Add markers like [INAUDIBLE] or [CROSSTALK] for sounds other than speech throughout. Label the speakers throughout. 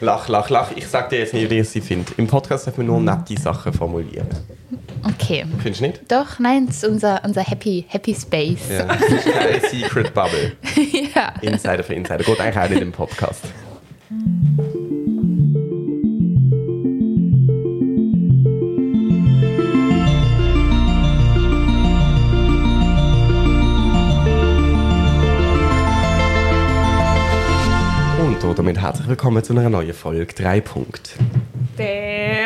Speaker 1: Lach, lach, lach. Ich sag dir jetzt nicht, wie ich sie finde. Im Podcast dürfen wir nur nette Sachen formulieren.
Speaker 2: Okay.
Speaker 1: Findest du nicht?
Speaker 2: Doch, nein, es ist unser, unser Happy, Happy Space.
Speaker 1: Ja. [LAUGHS] Das ist keine Secret Bubble.
Speaker 2: [LAUGHS] ja.
Speaker 1: Insider für Insider. Geht eigentlich auch nicht im Podcast. Und damit herzlich willkommen zu einer neuen Folge 3 Punkt.
Speaker 3: Der.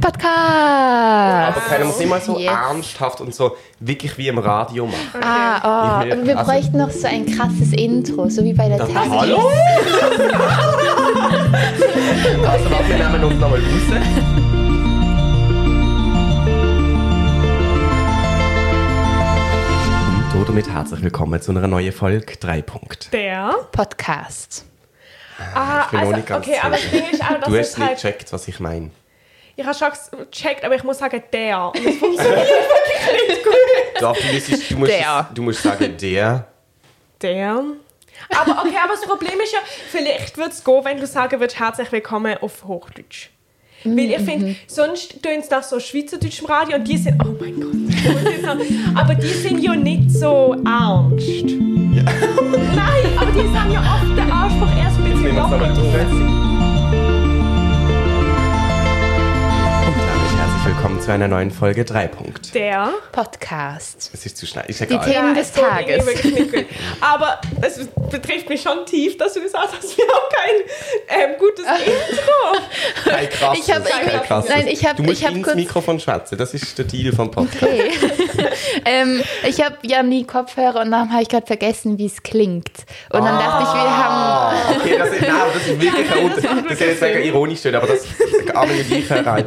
Speaker 2: Podcast.
Speaker 1: Aber keiner muss immer so
Speaker 2: Yes.
Speaker 1: ernsthaft und so wirklich wie im Radio machen.
Speaker 2: Ah, oh,
Speaker 1: Ich will-
Speaker 2: aber wir
Speaker 1: also-
Speaker 2: bräuchten noch so ein krasses Intro, so wie bei der Tagesschau.
Speaker 1: Hallo? [LAUGHS] also, warte, wir nehmen uns nochmal raus. Und so, damit herzlich willkommen zu einer neuen Folge 3 Punkt.
Speaker 3: Der.
Speaker 2: Podcast.
Speaker 3: Ah,
Speaker 1: Ich bin noch
Speaker 3: also,
Speaker 1: nicht ganz
Speaker 3: okay, aber das
Speaker 1: sicher.
Speaker 3: Ding ist auch, dass
Speaker 1: Du hast
Speaker 3: es
Speaker 1: nicht
Speaker 3: halt.
Speaker 1: gecheckt, was ich meine.
Speaker 3: Ich habe schon gecheckt, aber ich muss sagen, der. Und das
Speaker 1: Doch, du, müsstest- du, musst,
Speaker 2: Der.
Speaker 1: du musst sagen, der.
Speaker 3: der. Aber okay, aber das Problem ist ja, vielleicht würde es gehen, wenn du sagen würdest, herzlich willkommen auf Hochdeutsch. Weil ich finde, sonst tun es nach so Schweizerdeutsch im Radio und die sind, oh mein Gott, ich muss jetzt noch- [LAUGHS] aber die sind ja nicht so ernst. Nein, aber die sagen ja oft den Anspruch erst ein bisschen
Speaker 1: Nehmen wir es nochmal
Speaker 3: locker.
Speaker 1: raus. Und damit herzlich willkommen zu einer neuen Folge 3 Punkt.
Speaker 3: Der.
Speaker 2: Podcast.
Speaker 1: Es ist zu schnell. Ist
Speaker 2: Die
Speaker 1: egal.
Speaker 2: Themen des
Speaker 3: es wurde
Speaker 2: Tages.
Speaker 3: irgendwie
Speaker 2: [LAUGHS]
Speaker 3: wirklich nicht gut. Aber es betrifft mich schon tief, dass du gesagt hast, wir haben kein ähm,
Speaker 2: [LAUGHS]
Speaker 3: gutes Intro.
Speaker 1: Kein krasses.
Speaker 2: Ich hab
Speaker 1: kein
Speaker 3: irgendwie-
Speaker 1: krasses.
Speaker 2: Nein, ich hab-
Speaker 1: du musst
Speaker 2: ich hab
Speaker 1: ins
Speaker 2: kurz-
Speaker 1: Mikrofon schwätzen. Das ist der Titel vom Podcast.
Speaker 2: Okay. [LAUGHS] ähm, ich habe ja nie Kopfhörer und dann habe ich gerade vergessen, wie es klingt. Und dann dachte ich, wir haben.
Speaker 1: Okay, das ist, nein, aber das ist wirklich ein Unter- Das ist jetzt mega ironisch, schön, aber das kann man nicht rein.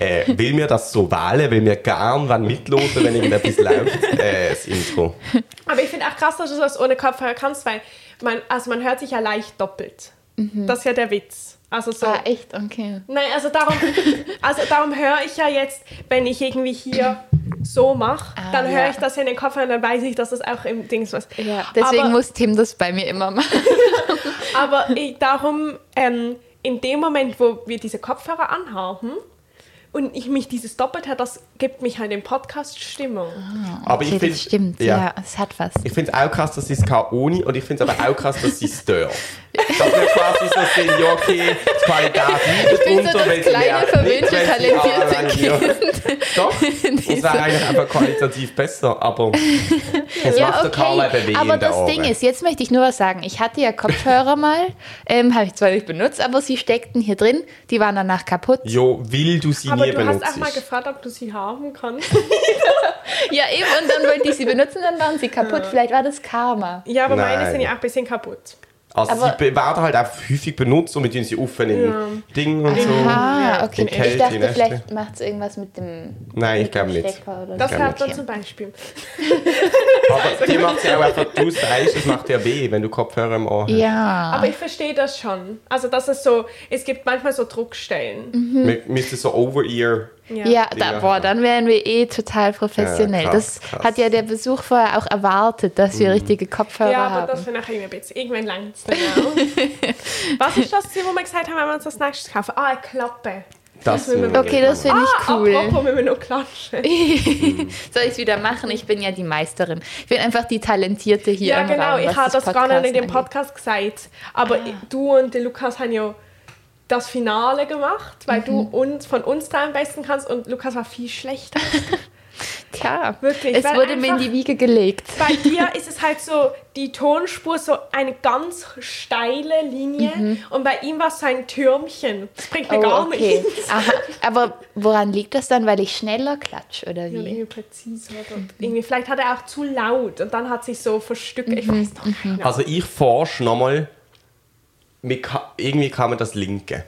Speaker 1: Äh, will mir das so wählen? Will mir gern wann mitlosen, wenn irgendetwas läuft? Äh, das Intro.
Speaker 3: Aber ich finde auch krass, dass du das ohne Kopfhörer kannst, weil man, also man hört sich ja leicht doppelt. Das ist ja der Witz. Also so.
Speaker 2: Mhm. Ah, echt? Okay.
Speaker 3: Nein, also darum,
Speaker 2: [LAUGHS]
Speaker 3: also darum höre ich ja jetzt, wenn ich irgendwie hier so mache,
Speaker 2: Ah,
Speaker 3: dann höre
Speaker 2: ja.
Speaker 3: ich das in den Kopfhörern, dann weiß ich, dass das auch im Dings was.
Speaker 2: Ja, deswegen
Speaker 3: Aber-
Speaker 2: muss Tim das bei mir immer machen.
Speaker 3: Aber ich, darum, ähm, in dem Moment, wo wir diese Kopfhörer anhaben und ich mich dieses Doppelt hat, das gibt mich halt im Podcast Stimmung.
Speaker 1: Aber ich
Speaker 2: Okay,
Speaker 1: finde
Speaker 2: das stimmt. Ja, es hat was. [LAUGHS]
Speaker 1: Ich finde es auch krass, dass sie es kann ohne und ich finde es aber auch krass, dass sie es dürfen. Dass wir quasi so sind, ja okay, die Qualität
Speaker 2: bin
Speaker 1: leidet
Speaker 2: so
Speaker 1: unter,
Speaker 2: das
Speaker 1: weil sie
Speaker 2: kleine,
Speaker 1: merkt
Speaker 2: verwöhnte,
Speaker 1: nicht, weil sie
Speaker 2: talentierte
Speaker 1: jahrelang-
Speaker 2: [LAUGHS]
Speaker 1: Doch, es wäre eigentlich einfach qualitativ besser, aber es macht der Karl eben weh
Speaker 2: aber
Speaker 1: in den
Speaker 2: das
Speaker 1: Ohren.
Speaker 2: Ding ist, jetzt möchte ich nur was sagen. Ich hatte ja Kopfhörer mal, ähm, habe ich zwar nicht benutzt, aber sie steckten hier drin, die waren danach kaputt.
Speaker 1: Jo, will du sie
Speaker 3: Aber
Speaker 1: nie
Speaker 3: du hast auch mal
Speaker 1: benutzt.
Speaker 3: gefragt, ob du sie haben kannst. [LAUGHS]
Speaker 2: Ja, eben, und dann wollte ich sie benutzen, dann waren sie kaputt. Vielleicht war das Karma.
Speaker 3: Ja, aber
Speaker 1: Nein.
Speaker 3: meine sind ja auch ein bisschen kaputt.
Speaker 1: Also
Speaker 2: aber-
Speaker 1: sie be- werden halt auch häufig benutzt und mit denen sie offen in Dingen und so.
Speaker 2: Ah,
Speaker 3: Ja,
Speaker 2: okay.
Speaker 1: in Kälte,
Speaker 2: ich dachte,
Speaker 1: in Äste.
Speaker 2: vielleicht macht es irgendwas mit dem.
Speaker 1: Nein, ich
Speaker 2: mit dem
Speaker 1: glaube nicht.
Speaker 2: Stecker oder
Speaker 3: Das
Speaker 2: so.
Speaker 1: Gerne.
Speaker 3: hat dann zum Beispiel.
Speaker 1: Aber die macht sie auch einfach, du sagst, es macht ja weh, wenn du Kopfhörer im Ohr hast.
Speaker 2: Ja.
Speaker 3: Aber ich verstehe das schon. Also das ist so, es gibt manchmal so Druckstellen.
Speaker 1: Wir müssen so over-ear
Speaker 2: Mhm. ja, da, boah, dann wären wir eh total professionell.
Speaker 1: Ja, krass,
Speaker 2: das
Speaker 1: krass.
Speaker 2: hat ja der Besuch vorher auch erwartet, dass wir richtige Kopfhörer
Speaker 3: Ja, aber
Speaker 2: haben.
Speaker 3: das wäre nachher irgendwie ein bisschen. Irgendwann langt es
Speaker 2: [LAUGHS]
Speaker 3: nicht mehr. Was ist das Ziel, wo wir gesagt haben, wenn wir uns das nächste kaufen? Ah, eine Klappe.
Speaker 1: Das
Speaker 3: müssen wir-
Speaker 2: okay, das finde ich
Speaker 3: ah,
Speaker 2: cool.
Speaker 3: apropos, wenn wir noch klatschen.
Speaker 2: Soll ich es wieder machen? Ich bin ja die Meisterin. Ich bin einfach die Talentierte hier
Speaker 3: Ja,
Speaker 2: im
Speaker 3: genau.
Speaker 2: Raum,
Speaker 3: ich
Speaker 2: was
Speaker 3: habe das gar nicht in dem
Speaker 2: Podcasten
Speaker 3: Podcast Ah. gesagt. Aber du und der Lukas haben ja das Finale gemacht, weil du uns, von uns drei am besten kannst und Lukas war viel schlechter.
Speaker 2: angeht. Tja,
Speaker 3: Wirklich,
Speaker 2: es
Speaker 3: weil
Speaker 2: wurde mir in
Speaker 3: einfach-
Speaker 2: die Wiege gelegt.
Speaker 3: [LAUGHS] Bei dir ist es halt so, die Tonspur so eine ganz steile Linie und bei ihm war es so ein Türmchen. Das bringt mir gar nichts.
Speaker 2: Oh, Aha, aber woran liegt das dann? Weil ich schneller klatsch oder
Speaker 3: Ja,
Speaker 2: wie?
Speaker 3: Irgendwie präzise oder irgendwie, vielleicht hat er auch zu laut und dann hat sich so verstückt. Ich weiß noch keine Ahnung.
Speaker 1: Also ich forsche nochmal, mit Ka- irgendwie kann man das linken.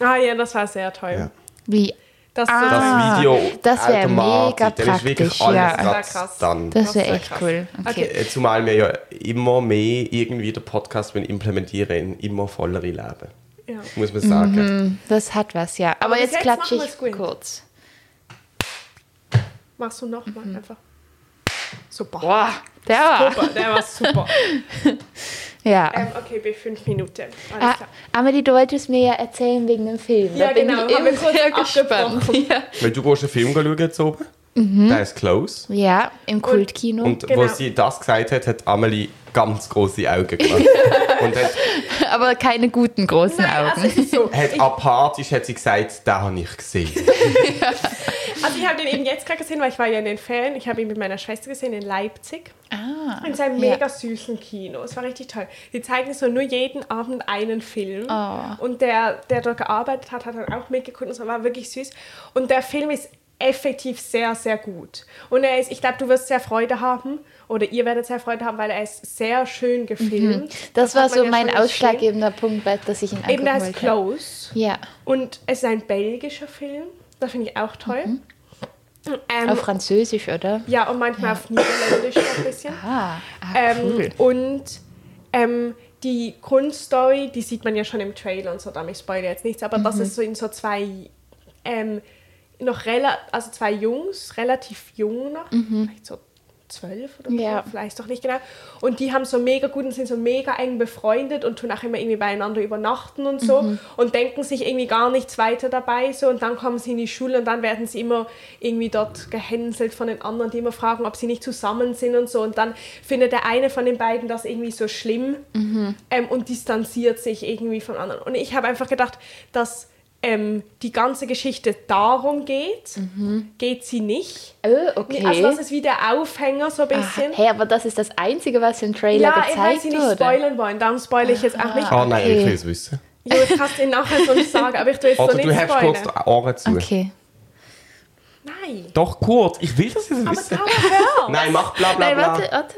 Speaker 3: Ah ja, das war sehr toll.
Speaker 1: Ja.
Speaker 2: Wie?
Speaker 3: Das,
Speaker 1: Das
Speaker 3: das,
Speaker 2: Ah,
Speaker 1: Video
Speaker 2: das wär
Speaker 1: automatisch,
Speaker 2: mega
Speaker 1: dann ist wirklich
Speaker 2: praktisch,
Speaker 1: alles
Speaker 2: ja.
Speaker 1: grad
Speaker 3: Das wär krass.
Speaker 1: dann.
Speaker 2: Das wäre
Speaker 3: Das wär
Speaker 2: echt
Speaker 3: krass.
Speaker 2: cool. Okay.
Speaker 1: Äh, Zumal wir ja immer mehr irgendwie den Podcast wollen implementieren in immer vollere Leben.
Speaker 3: ja.
Speaker 1: Muss man sagen.
Speaker 2: Das hat was, ja. Aber,
Speaker 3: bis
Speaker 2: jetzt
Speaker 3: jetzt
Speaker 2: klatsche
Speaker 3: machen wir
Speaker 2: ich
Speaker 3: Squint.
Speaker 2: kurz.
Speaker 3: Machst du nochmal einfach. Super.
Speaker 2: Boah, Mhm. der war. [LAUGHS]
Speaker 3: Super, der war super.
Speaker 2: Ja.
Speaker 3: Ähm, okay, bei fünf Minuten. Alles
Speaker 2: Ah,
Speaker 3: klar.
Speaker 2: Amelie, du wolltest mir ja erzählen wegen dem Film.
Speaker 3: Ja,
Speaker 2: da bin
Speaker 3: genau,
Speaker 2: ich
Speaker 3: haben wir
Speaker 2: eben
Speaker 3: kurz
Speaker 2: sehr
Speaker 3: abgebrochen.
Speaker 2: gespannt. Ja.
Speaker 1: Weil du gehst einen Film schauen jetzt oben.
Speaker 2: Mhm.
Speaker 1: Der ist close.
Speaker 2: ja, im Kultkino.
Speaker 1: Und
Speaker 3: Genau.
Speaker 1: wo sie das gesagt hat, hat Amelie ganz große Augen
Speaker 2: [LAUGHS]
Speaker 1: gemacht. und hat,
Speaker 2: aber keine guten großen
Speaker 3: Nein,
Speaker 2: Augen.
Speaker 3: also es ist so.
Speaker 1: hat apathisch hat sie gesagt, den habe ich gesehen.
Speaker 3: Also ich habe den eben jetzt gerade gesehen, weil ich war ja in den Ferien. Ich habe ihn mit meiner Schwester gesehen in Leipzig.
Speaker 2: ah,
Speaker 3: In seinem
Speaker 2: ja.
Speaker 3: mega süßen Kino. Es war richtig toll. Die zeigen so nur jeden Abend einen Film.
Speaker 2: Oh.
Speaker 3: Und der, der dort gearbeitet hat, hat dann auch mitgeguckt. und Es war wirklich süß. Und der Film ist effektiv sehr, sehr gut. Und er ist, ich glaube, du wirst sehr Freude haben. Oder ihr werdet sehr Freude haben, weil er ist sehr schön gefilmt.
Speaker 2: Mhm. Das, war
Speaker 3: hat man
Speaker 2: so
Speaker 3: ja
Speaker 2: mein
Speaker 3: schon gesehen.
Speaker 2: ausschlaggebender Punkt, weil- dass ich ihn angucken
Speaker 3: Eben, der ist
Speaker 2: wollte.
Speaker 3: Close.
Speaker 2: Ja,
Speaker 3: Und es ist ein belgischer Film. Das finde ich auch toll. Ähm,
Speaker 2: Mhm. auf Französisch, oder?
Speaker 3: ja, und manchmal auf Niederländisch auch ein bisschen.
Speaker 2: Ah, ah
Speaker 3: Ähm,
Speaker 2: cool.
Speaker 3: Und ähm, die Grundstory, die sieht man ja schon im Trailer und so, damit spoilere jetzt nichts, aber
Speaker 2: Mhm.
Speaker 3: das ist so in so zwei, ähm, noch rela also zwei Jungs, relativ jung noch, vielleicht so zwölf oder so,
Speaker 2: Mhm. Ja.
Speaker 3: vielleicht doch nicht genau. Und die haben so mega gut und sind so mega eng befreundet und tun auch immer irgendwie beieinander übernachten und so
Speaker 2: Mhm.
Speaker 3: und denken sich irgendwie gar nichts weiter dabei so und dann kommen sie in die Schule und dann werden sie immer irgendwie dort gehänselt von den anderen, die immer fragen, ob sie nicht zusammen sind und so und dann findet der eine von den beiden das irgendwie so schlimm
Speaker 2: Mhm.
Speaker 3: ähm, und distanziert sich irgendwie von anderen. Und ich habe einfach gedacht, dass ähm, die ganze Geschichte darum geht, geht sie nicht.
Speaker 2: oh,
Speaker 3: Nee,
Speaker 2: Mhm. okay.
Speaker 3: Also das ist wie der Aufhänger so ein
Speaker 2: Ah,
Speaker 3: bisschen.
Speaker 2: hey, aber das ist das Einzige, was im Trailer
Speaker 3: ja, ich weiß
Speaker 2: gezeigt
Speaker 3: sie nicht
Speaker 2: wurde.
Speaker 3: spoilern wollen, darum spoilere ich jetzt auch nicht.
Speaker 1: Ah nein,
Speaker 2: Okay.
Speaker 1: ich will es wissen.
Speaker 3: Jo, ich kann es dir nachher sonst sagen, aber ich tue jetzt
Speaker 1: Oder
Speaker 3: so
Speaker 1: Also, du
Speaker 3: nicht
Speaker 1: hast kurz
Speaker 3: spoilern.
Speaker 1: die Ohren zu.
Speaker 2: Okay.
Speaker 3: Nein,
Speaker 1: Doch, kurz. Ich will das jetzt
Speaker 3: aber
Speaker 1: wissen.
Speaker 3: kann man hören.
Speaker 1: Nein, mach bla bla
Speaker 2: Nein,
Speaker 1: bla.
Speaker 2: warte, warte.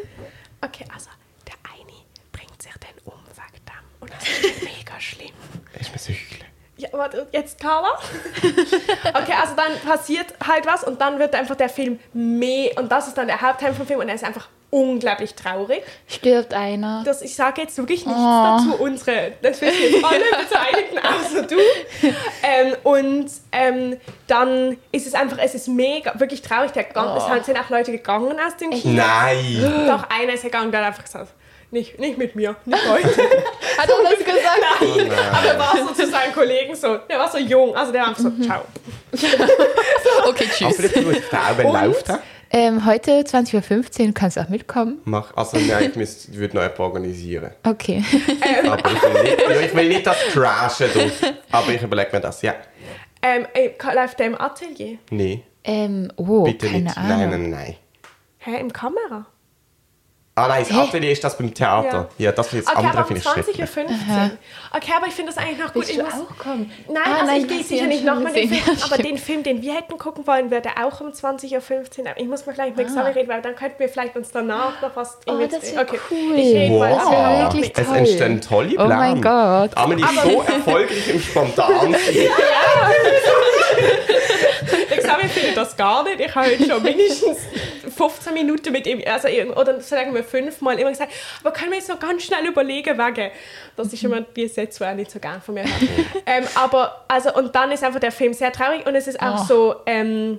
Speaker 3: Okay, also der eine bringt sich den um, sagt dann. Und das ist [LAUGHS] mega schlimm.
Speaker 1: Ich muss heulen.
Speaker 3: Ja, warte, und jetzt Carla? Okay, also dann passiert halt was und dann wird einfach der Film meh. Und das ist dann der Hauptteil vom Film und er ist einfach unglaublich traurig.
Speaker 2: Stirbt
Speaker 3: [LAUGHS]
Speaker 2: einer.
Speaker 3: Das, ich sage jetzt wirklich nichts
Speaker 2: Oh.
Speaker 3: dazu. Unsere, das wissen jetzt
Speaker 2: [LAUGHS]
Speaker 3: alle Beteiligten, außer du. Ähm, und ähm, dann ist es einfach, es ist mega, wirklich traurig. Der Gang, Es
Speaker 2: Ah.
Speaker 3: halt- sind auch Leute gegangen aus dem Kino.
Speaker 1: Nein.
Speaker 3: Doch einer ist gegangen und hat einfach gesagt, nicht, nicht mit mir, nicht [LAUGHS] heute.
Speaker 2: Hat er das gesagt?
Speaker 1: Oh nein.
Speaker 3: Aber er war so zu seinen Kollegen so, der war so jung, also der war einfach so,
Speaker 2: Mhm.
Speaker 3: ciao.
Speaker 2: [LAUGHS] Okay,
Speaker 1: Aber
Speaker 2: tschüss.
Speaker 1: vielleicht Also, muss ich selber
Speaker 3: Und?
Speaker 1: laufen.
Speaker 2: Ähm, heute 20.15 Uhr kannst du auch mitkommen.
Speaker 1: Mach, also nein, ich müsste, würde noch jemanden organisieren.
Speaker 2: Okay.
Speaker 3: Ähm.
Speaker 1: Aber ich will nicht, ja, ich will nicht dass crashen. Du. Aber ich überlege mir das. Ja,
Speaker 3: Ähm, ey, ka- läuft der im Atelier?
Speaker 1: nee,
Speaker 2: [LAUGHS] Ähm, oh,
Speaker 1: bitte
Speaker 2: keine
Speaker 1: nicht.
Speaker 2: Ahnung.
Speaker 1: Nein, nein, nein.
Speaker 3: Hä, im Kamera?
Speaker 1: Ah nein, das
Speaker 2: Hä?
Speaker 1: Atelier ist das beim Theater. Ja, das finde ich das
Speaker 3: Okay,
Speaker 1: andere
Speaker 3: aber um
Speaker 1: finde ich schrecklich.
Speaker 3: 20.15 Uhr. Okay, aber ich finde das eigentlich noch gut.
Speaker 2: Willst
Speaker 3: Ich
Speaker 2: du
Speaker 3: muss-
Speaker 2: auch kommen?
Speaker 3: Nein,
Speaker 2: Ah,
Speaker 3: also
Speaker 2: nein,
Speaker 3: ich
Speaker 2: du
Speaker 3: gehe
Speaker 2: hast
Speaker 3: sicher
Speaker 2: ihn schon
Speaker 3: nicht nochmal den
Speaker 2: gesehen.
Speaker 3: Film,
Speaker 2: [LAUGHS] Ja,
Speaker 3: aber
Speaker 2: stimmt.
Speaker 3: den Film, den wir hätten gucken wollen, wäre der auch um 20.15 Uhr. Ich muss mal gleich mit Xavi reden, weil dann könnten wir vielleicht uns danach noch was...
Speaker 2: Oh,
Speaker 3: irgendwie-
Speaker 2: Ah. das wäre cool.
Speaker 3: Ich rede mal.
Speaker 2: Das wäre
Speaker 1: Wow,
Speaker 2: wirklich
Speaker 1: es
Speaker 2: toll.
Speaker 1: entstehen tolle
Speaker 2: Oh
Speaker 1: Pläne.
Speaker 2: mein Gott.
Speaker 1: Amelie ist so erfolgreich im
Speaker 2: [LAUGHS]
Speaker 1: Spontan.
Speaker 3: Der Xavi findet das gar nicht. Ich habe heute schon mindestens 15 Minuten mit ihm, also eben- oder sagen wir fünfmal immer gesagt, aber können wir jetzt noch ganz schnell überlegen wegen. Das ist immer die Sätze, die er nicht so gern von
Speaker 2: [LAUGHS]
Speaker 3: mir hat. ähm, aber, also, und dann ist einfach der Film sehr traurig und es ist auch
Speaker 2: Oh.
Speaker 3: so, ähm,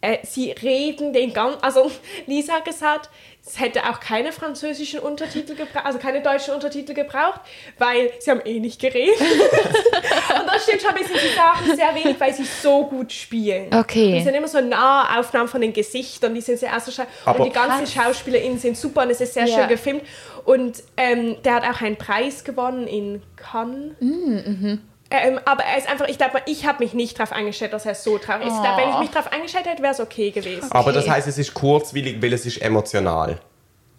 Speaker 3: äh, sie reden den ganzen, also [LAUGHS] Lisa hat gesagt, es hätte auch keine französischen Untertitel gebraucht, also keine deutschen Untertitel gebraucht, weil sie haben eh nicht geredet. [LAUGHS] Und das stimmt schon ein bisschen, sie sagen sehr wenig, weil sie so gut spielen.
Speaker 2: Okay.
Speaker 3: Und es sind immer so Nahaufnahmen von den Gesichtern, die sind sehr also schau-
Speaker 1: Aber
Speaker 3: Und die ganzen
Speaker 2: krass.
Speaker 3: SchauspielerInnen sind super und es ist sehr
Speaker 2: Ja.
Speaker 3: schön gefilmt. Und ähm, der hat auch einen Preis gewonnen in Cannes.
Speaker 2: Mm, mhm.
Speaker 3: Ähm, aber er ist einfach, ich glaube, ich habe mich nicht darauf eingestellt, dass er so traurig ist. Ich glaube, wenn ich mich darauf eingestellt hätte, wäre es okay gewesen.
Speaker 1: Aber das heisst, es ist kurzwillig, weil es ist emotional.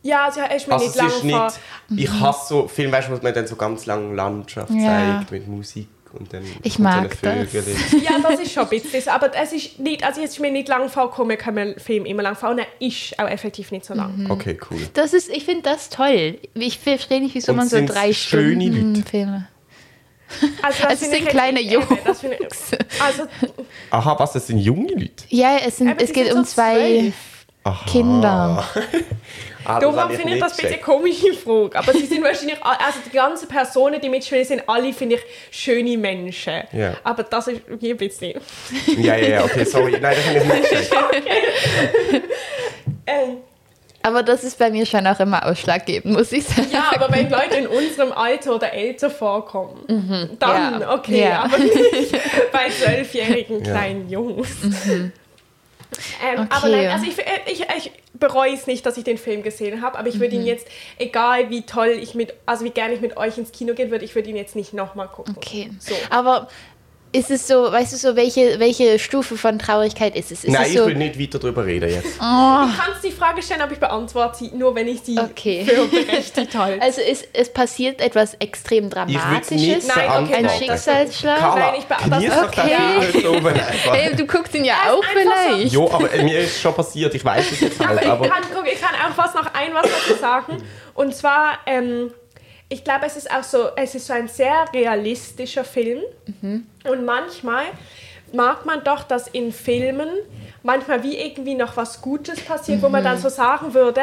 Speaker 3: Ja, also er ist mir
Speaker 1: Also
Speaker 3: nicht
Speaker 1: es ist
Speaker 3: lange vor. Mhm.
Speaker 1: nicht... Ich hasse so Filme, weißt du, wo man dann so ganz lange Landschaft
Speaker 2: Ja.
Speaker 1: zeigt mit Musik und dann...
Speaker 2: Ich
Speaker 1: und
Speaker 2: mag
Speaker 1: so eine
Speaker 2: das.
Speaker 1: Vögel.
Speaker 3: Ja, das ist schon ein bisschen so. Aber es ist nicht, also es ist mir nicht lang vorgekommen, kann mir Film immer lang vor. Und er ist auch effektiv nicht so lang.
Speaker 1: Okay, cool.
Speaker 2: Das ist, ich finde das toll. Ich verstehe nicht, wieso
Speaker 1: Und
Speaker 2: man so
Speaker 1: sind's
Speaker 2: drei
Speaker 1: schöne
Speaker 2: Stunden
Speaker 1: Leute?
Speaker 2: Filme.
Speaker 3: Also,
Speaker 2: Es
Speaker 3: finde
Speaker 2: sind
Speaker 3: ich
Speaker 2: kleine
Speaker 3: richtig irre.
Speaker 2: Jungs.
Speaker 3: Das finde ich- also,
Speaker 1: Aha, was, das sind junge Leute?
Speaker 2: Ja, es, sind,
Speaker 3: Aber
Speaker 2: es
Speaker 3: die
Speaker 2: geht
Speaker 3: sind
Speaker 2: um
Speaker 3: so
Speaker 2: zwei
Speaker 1: Aha.
Speaker 2: Kinder.
Speaker 1: Ah, das
Speaker 3: darum
Speaker 1: habe ich
Speaker 3: finde ich
Speaker 1: nicht
Speaker 3: das ein bisschen
Speaker 1: gecheckt.
Speaker 3: komische Frage. Aber sie sind wahrscheinlich, all- also die ganzen Personen, die mitspielen, sind alle, finde ich, schöne Menschen.
Speaker 1: Ja.
Speaker 3: Aber das ist irgendwie ein bisschen. [LAUGHS]
Speaker 1: Ja, ja, ja, okay, sorry. Nein, das habe ich nicht gecheckt.
Speaker 3: Ähm,
Speaker 2: Aber das ist bei mir schon auch immer ausschlaggebend, muss ich sagen.
Speaker 3: Ja, aber wenn Leute in unserem Alter oder älter vorkommen, dann
Speaker 2: Mhm. Ja.
Speaker 3: okay,
Speaker 2: Ja. [LAUGHS]
Speaker 3: aber nicht bei zwölfjährigen kleinen Jungs. Ähm, Aber
Speaker 2: Mhm. Okay.
Speaker 3: nein, also ich, ich, ich bereue es nicht, dass ich den Film gesehen habe, aber ich würde
Speaker 2: Mhm.
Speaker 3: ihn jetzt, egal wie toll ich mit, also wie gerne ich mit euch ins Kino gehen würde, ich würde ihn jetzt nicht nochmal gucken.
Speaker 2: Okay.
Speaker 3: So.
Speaker 2: Aber ist es so, weißt du so, welche, welche Stufe von Traurigkeit ist es? Ist
Speaker 1: Nein,
Speaker 2: es
Speaker 1: ich
Speaker 2: so,
Speaker 1: will nicht weiter drüber reden jetzt.
Speaker 3: Du kannst die Frage stellen, aber ich beantworte sie nur, wenn ich sie
Speaker 2: Ah. Okay.
Speaker 3: für berechtigt
Speaker 2: [LAUGHS]
Speaker 3: halte.
Speaker 2: Also ist, es passiert etwas extrem
Speaker 1: Ich will nicht
Speaker 2: Dramatisches?
Speaker 3: Nein, okay,
Speaker 1: beantworten.
Speaker 2: ein
Speaker 3: das-
Speaker 2: Schicksalsschlag?
Speaker 1: Carla,
Speaker 3: Nein, ich beantworte-
Speaker 1: genieß doch
Speaker 2: Okay.
Speaker 1: dein Leben
Speaker 3: [LAUGHS]
Speaker 1: so, wenn einfach.
Speaker 2: Hey, du guckst ihn ja
Speaker 3: Er ist
Speaker 2: auch
Speaker 3: einfach
Speaker 2: vielleicht.
Speaker 1: Jo, aber äh, mir ist schon passiert, ich weiß es jetzt
Speaker 3: Aber
Speaker 1: halt,
Speaker 3: ich
Speaker 1: aber
Speaker 3: kann, guck, ich kann auch was noch ein was dazu sagen. Und zwar, ähm, ich glaube, es ist auch so, es ist so ein sehr realistischer Film. Und manchmal mag man doch, dass in Filmen manchmal wie irgendwie noch was Gutes passiert, wo man dann so sagen würde,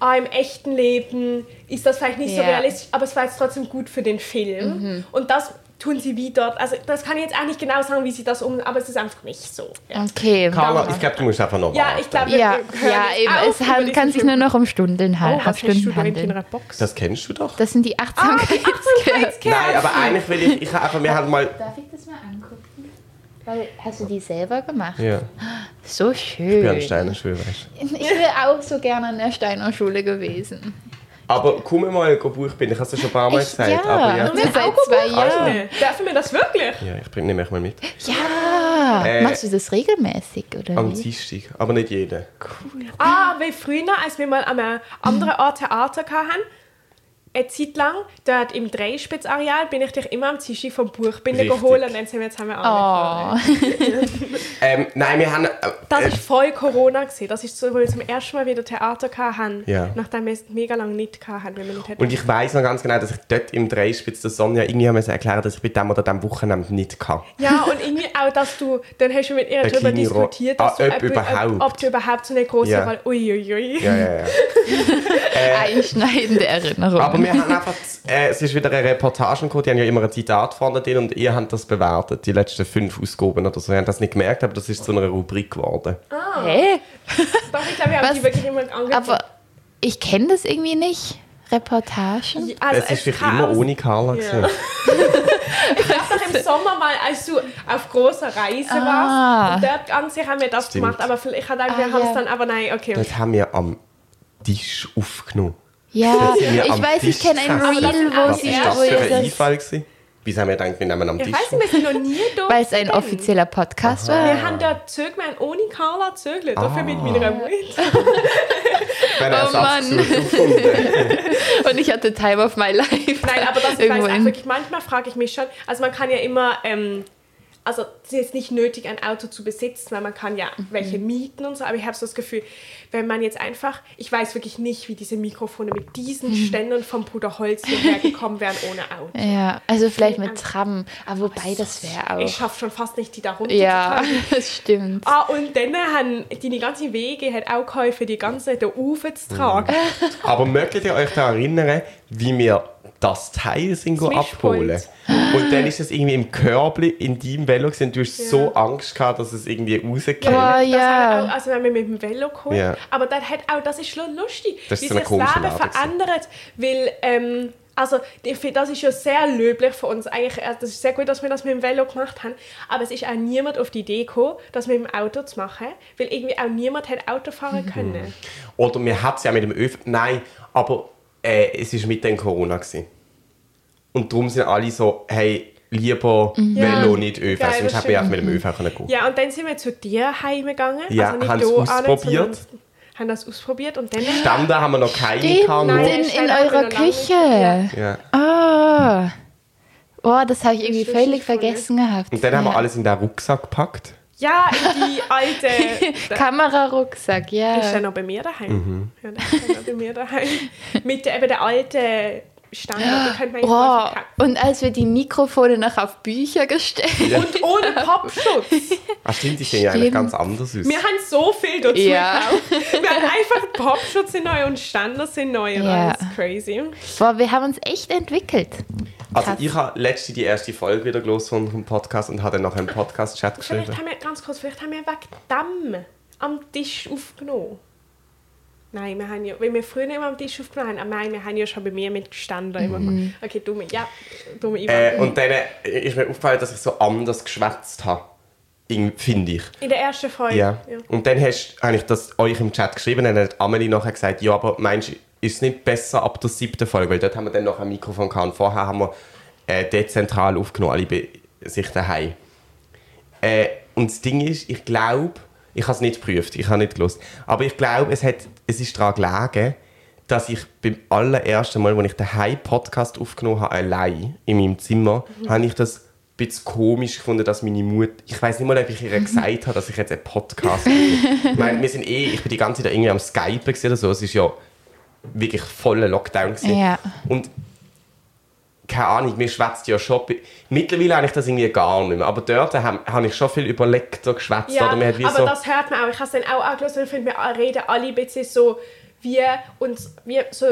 Speaker 3: ah, im echten Leben ist das vielleicht nicht so
Speaker 2: Ja. Mhm.
Speaker 3: realistisch, aber es war jetzt trotzdem gut für den Film. Und das tun sie wie dort. Also das kann ich jetzt auch nicht genau sagen, wie sie das um, aber es ist einfach nicht so. Ja,
Speaker 2: Okay.
Speaker 1: Carla, ich glaube, du musst einfach noch
Speaker 3: ja
Speaker 1: warten.
Speaker 3: ich glaube, wir-
Speaker 2: ja,
Speaker 3: wir hören
Speaker 2: ja,
Speaker 3: jetzt
Speaker 2: eben,
Speaker 3: auf,
Speaker 2: es
Speaker 3: über
Speaker 2: han-
Speaker 3: diesen
Speaker 2: kann sich
Speaker 3: Film
Speaker 2: nur noch um Stunden,
Speaker 3: Oh,
Speaker 2: hal- auf
Speaker 3: was hast du
Speaker 2: Stunden
Speaker 3: da hinten in Ah,
Speaker 2: handeln.
Speaker 3: einer Box?
Speaker 1: Das kennst du doch.
Speaker 2: Das sind die Achtsamkeitskerzen.
Speaker 1: Nein, aber eigentlich will ich, ich hab einfach, wir haben mal...
Speaker 2: Darf ich das mal angucken? Weil, hast du die selber gemacht?
Speaker 1: Ja,
Speaker 2: So schön.
Speaker 1: Bernsteiner Schule, weißt du.
Speaker 2: Ich wäre auch so gerne an der Steiner Schule gewesen.
Speaker 1: Aber komm mal, go Buch bin, ich habe es ja schon ein paar Mal
Speaker 2: Echt?
Speaker 1: gesagt,
Speaker 2: Ja.
Speaker 1: aber ja.
Speaker 2: Nur mit- seit zwei Jahren.
Speaker 3: Ja. Dürfen wir das wirklich?
Speaker 1: Ja, ich bringe nämlich mal mit.
Speaker 2: Ja!
Speaker 1: Äh,
Speaker 2: Machst du das regelmäßig, oder
Speaker 1: Am
Speaker 2: wie?
Speaker 1: Dienstag, aber nicht jeden.
Speaker 3: Ah, wie früher, als wir mal an einem anderen Ort Theater hatten, eine Zeit lang, dort im Dreispitzareal, bin ich dich immer am Tisch vom Buchbinder
Speaker 1: Richtig.
Speaker 3: geholt und dann sind wir jetzt zusammen
Speaker 2: Oh,
Speaker 3: angefangen.
Speaker 1: Ähm, nein, wir haben... Äh,
Speaker 3: Das
Speaker 1: äh,
Speaker 3: ist voll Corona gesehen. Das ist so, wo wir zum ersten Mal wieder Theater hatten,
Speaker 1: Ja.
Speaker 3: nachdem wir es mega lange nicht hatten, wenn wir nicht hätten.
Speaker 1: und ich weiß noch ganz genau, dass ich dort im Dreispitz der Sonja irgendwie haben müssen erklären dass ich bei dem oder dem Wochenende nicht kann.
Speaker 3: Ja, und irgendwie auch, dass du, dann hast du mit ihr
Speaker 1: Eine
Speaker 3: darüber
Speaker 1: kleine Ro-
Speaker 3: diskutiert,
Speaker 1: Ah,
Speaker 3: dass du,
Speaker 1: ob überhaupt.
Speaker 3: Ob, ob du überhaupt so eine große
Speaker 1: Ja.
Speaker 3: Rolle. Uiuiui.
Speaker 1: Ja, ja,
Speaker 2: [LAUGHS]
Speaker 1: ja.
Speaker 2: einschneidende Erinnerung.
Speaker 1: Äh. Aber wir haben einfach, äh, es ist wieder eine Reportage gekommen, die haben ja immer ein Zitat vorne drin und ihr habt das bewertet, die letzten fünf Ausgaben oder so. Ihr habt das nicht gemerkt, aber das ist zu einer Rubrik geworden.
Speaker 2: Hä?
Speaker 3: Doch, ich glaube, wir haben
Speaker 2: Was?
Speaker 3: die wirklich immer angezogen.
Speaker 2: Aber ich kenne das irgendwie nicht. Reportagen?
Speaker 3: Ja, also
Speaker 1: es ist vielleicht
Speaker 3: kam
Speaker 1: immer
Speaker 3: aus-
Speaker 1: ohne Carla
Speaker 3: Ja.
Speaker 1: gewesen.
Speaker 3: Einfach im Sommer mal, als du auf großer Reise
Speaker 2: Ah.
Speaker 3: warst. Und dort an sich haben wir das
Speaker 1: Stimmt.
Speaker 3: gemacht, aber vielleicht hat ah, wir
Speaker 2: Ah,
Speaker 3: haben
Speaker 2: ja.
Speaker 3: es dann, aber nein, okay.
Speaker 1: Das haben wir am Tisch aufgenommen.
Speaker 2: Ja,
Speaker 1: Das sind wir
Speaker 2: Ah, ich
Speaker 1: am
Speaker 2: weiß,
Speaker 1: Tisch
Speaker 2: ich kenne ein
Speaker 1: gesessen.
Speaker 2: Reel, wo
Speaker 1: Was
Speaker 2: sie
Speaker 1: ist das
Speaker 2: wo
Speaker 1: für
Speaker 2: ihr
Speaker 1: ein
Speaker 2: das,
Speaker 1: Einfall gewesen? Bis haben wir gedacht, wir nehmen am
Speaker 3: Ich
Speaker 1: Tisch auf.
Speaker 3: weiß nicht, wir sind
Speaker 2: [LAUGHS]
Speaker 3: noch nie dort.
Speaker 2: weil es ein
Speaker 3: gewesen.
Speaker 2: offizieller Podcast
Speaker 3: Wir
Speaker 2: war.
Speaker 3: haben dort Zöglein ohne Carla Zögle, dafür
Speaker 1: Ah.
Speaker 3: mit meiner Mut.
Speaker 1: Wenn er es
Speaker 2: Oh Mann.
Speaker 1: absolut aufgefunden.
Speaker 2: Und ich hatte Time of my life.
Speaker 3: Nein, aber das ich weiß
Speaker 2: Irgendwo
Speaker 3: auch
Speaker 2: in-
Speaker 3: wirklich, manchmal frage ich mich schon, also man kann ja immer, ähm, also es ist jetzt nicht nötig, ein Auto zu besitzen, weil man kann ja
Speaker 2: Mhm.
Speaker 3: welche mieten und so, aber ich habe so das Gefühl, wenn man jetzt einfach, ich weiß wirklich nicht, wie diese Mikrofone mit diesen
Speaker 2: Mhm.
Speaker 3: Ständern vom Bruder Holz hierher gekommen wären ohne Auto.
Speaker 2: Ja, also vielleicht mit Tram. Aber wobei, das wäre
Speaker 3: Ich
Speaker 2: auch.
Speaker 3: schaffe schon fast nicht, die da runter
Speaker 2: Ja,
Speaker 3: zu tragen.
Speaker 2: [LAUGHS] das stimmt.
Speaker 3: Ah, und dann haben die, die ganzen Wege hat auch geholfen, die ganzen den Ufer zu tragen.
Speaker 1: Aber möchtet ihr euch daran erinnern, wie wir das Teil sind go
Speaker 3: Mischpult.
Speaker 1: abholen? Und dann ist es irgendwie im Körbli in deinem Velo gewesen und du hast so Angst gehabt, dass es irgendwie rausgeht.
Speaker 2: Ja. Ah,
Speaker 3: Das
Speaker 2: ja.
Speaker 3: hat Auch, also wenn wir mit dem Velo kommen.
Speaker 1: Ja.
Speaker 3: Aber dann hat auch, das ist schon lustig,
Speaker 1: Das ist so
Speaker 3: wie sich
Speaker 1: eine
Speaker 3: das
Speaker 1: komische
Speaker 3: Leben
Speaker 1: Ladung.
Speaker 3: verändert. Weil, ähm, also ich finde, das ist ja sehr löblich von uns. Eigentlich, äh, das ist sehr gut, dass wir das mit dem Velo gemacht haben. Aber es ist auch niemand auf die Idee gekommen, das mit dem Auto zu machen. Weil irgendwie auch niemand hat Auto fahren
Speaker 1: Mhm.
Speaker 3: können.
Speaker 1: Oder wir hat es ja mit dem Öff. Nein, aber äh, es war mit dem Corona. Gewesen. Und darum sind alle so, hey, lieber
Speaker 2: Mhm.
Speaker 1: Velo,
Speaker 3: Ja.
Speaker 1: nicht ÖV.
Speaker 3: Geil,
Speaker 1: Sonst
Speaker 3: das
Speaker 1: hätten wir einfach
Speaker 3: stimmt.
Speaker 1: mit dem ÖV können gehen
Speaker 3: Ja, und dann sind wir zu dir heimgegangen.
Speaker 1: Ja,
Speaker 3: also nicht
Speaker 1: haben's
Speaker 3: da hin,
Speaker 1: ausprobiert.
Speaker 3: sondern Haben das ausprobiert und dann...
Speaker 1: Standen haben wir noch keine
Speaker 2: Stimmt,
Speaker 1: gehabt,
Speaker 3: Nein.
Speaker 1: nur-
Speaker 2: in, in
Speaker 3: Stein haben wir
Speaker 2: eurer
Speaker 3: noch lange nicht.
Speaker 2: Küche.
Speaker 1: Ja.
Speaker 2: Ah. Oh, das habe ich irgendwie
Speaker 3: Das ist
Speaker 2: völlig
Speaker 3: richtig voll.
Speaker 2: vergessen gehabt.
Speaker 1: Und dann
Speaker 3: [LAUGHS]
Speaker 1: haben wir
Speaker 2: Ja.
Speaker 1: alles in den Rucksack gepackt.
Speaker 3: Ja, in die
Speaker 1: [LAUGHS]
Speaker 2: [LAUGHS]
Speaker 3: alte...
Speaker 2: Kamerarucksack, ja.
Speaker 3: Ist er noch bei mir daheim?
Speaker 1: Mhm.
Speaker 3: Ja, der ist ja noch bei mir daheim.
Speaker 2: [LAUGHS]
Speaker 3: Mit der, eben der alten Stange, die könnte man jetzt
Speaker 2: Oh,
Speaker 3: mal verkaufen.
Speaker 2: und als wir die Mikrofone noch auf Bücher gestellt
Speaker 3: Und ohne Popschutz.
Speaker 1: Ah, stimmt, die sehen ja eigentlich
Speaker 2: Stimmt.
Speaker 1: ganz anders aus.
Speaker 3: Wir haben so viel dazu
Speaker 2: Ja.
Speaker 3: gekauft.
Speaker 2: [LAUGHS]
Speaker 3: Wir haben einfach Popschutz sind neu und Standard sind neu. Und
Speaker 2: Ja.
Speaker 3: alles crazy.
Speaker 2: [LAUGHS] Boah, wir haben uns echt
Speaker 3: [LAUGHS]
Speaker 2: entwickelt.
Speaker 1: Also
Speaker 2: Krass.
Speaker 1: ich habe letzte die erste Folge wieder gelesen von unserem Podcast und habe dann nachher im Podcast-Chat geschrieben.
Speaker 3: Vielleicht haben wir, ganz kurz, vielleicht haben wir wegen dem am Tisch aufgenommen. Nein, wir haben ja, wenn wir früher immer am Tisch aufgenommen haben, Ah, nein, wir haben ja schon bei mir mitgestanden. Mhm. Okay, dumme, ja, dumme Ivan.
Speaker 1: Äh, und dann ist mir aufgefallen, dass ich so anders geschwätzt habe. Irgendwie, Finde ich.
Speaker 3: In der ersten Folge.
Speaker 1: Ja. Und dann hast, habe ich das euch im Chat geschrieben, dann hat Amelie nachher gesagt, ja, aber meinst du, ist es nicht besser ab der siebten Folge? Weil dort haben wir dann noch ein Mikrofon gehabt und vorher haben wir äh, dezentral aufgenommen, alle bei sich daheim. Äh, und das Ding ist, ich glaube, ich habe es nicht geprüft, ich habe nicht gelesen, aber ich glaube, es, hat, es ist daran gelegen, dass ich beim allerersten Mal, als ich den High-Podcast aufgenommen habe, allein in meinem Zimmer, habe ich das ein bisschen komisch gefunden, dass meine Mutter... Ich weiß nicht mal, ob ich ihr gesagt habe, dass ich jetzt einen Podcast... ich meine, wir sind eh... Ich bin die ganze Zeit irgendwie am Skypen gewesen oder so. Es ist ja wirklich voller Lockdown. Gewesen.
Speaker 2: Ja.
Speaker 1: Und keine Ahnung, mir schwätzt ja schon. Mittlerweile habe ich das irgendwie gar nicht mehr. Aber dort habe habe ich schon viel überlegter geschwätzt.
Speaker 3: Ja,
Speaker 1: oder man hat wie
Speaker 3: aber
Speaker 1: so,
Speaker 3: das hört man auch. Ich habe es dann auch angehört und ich finde, wir reden alle ein bisschen so wie uns, wie so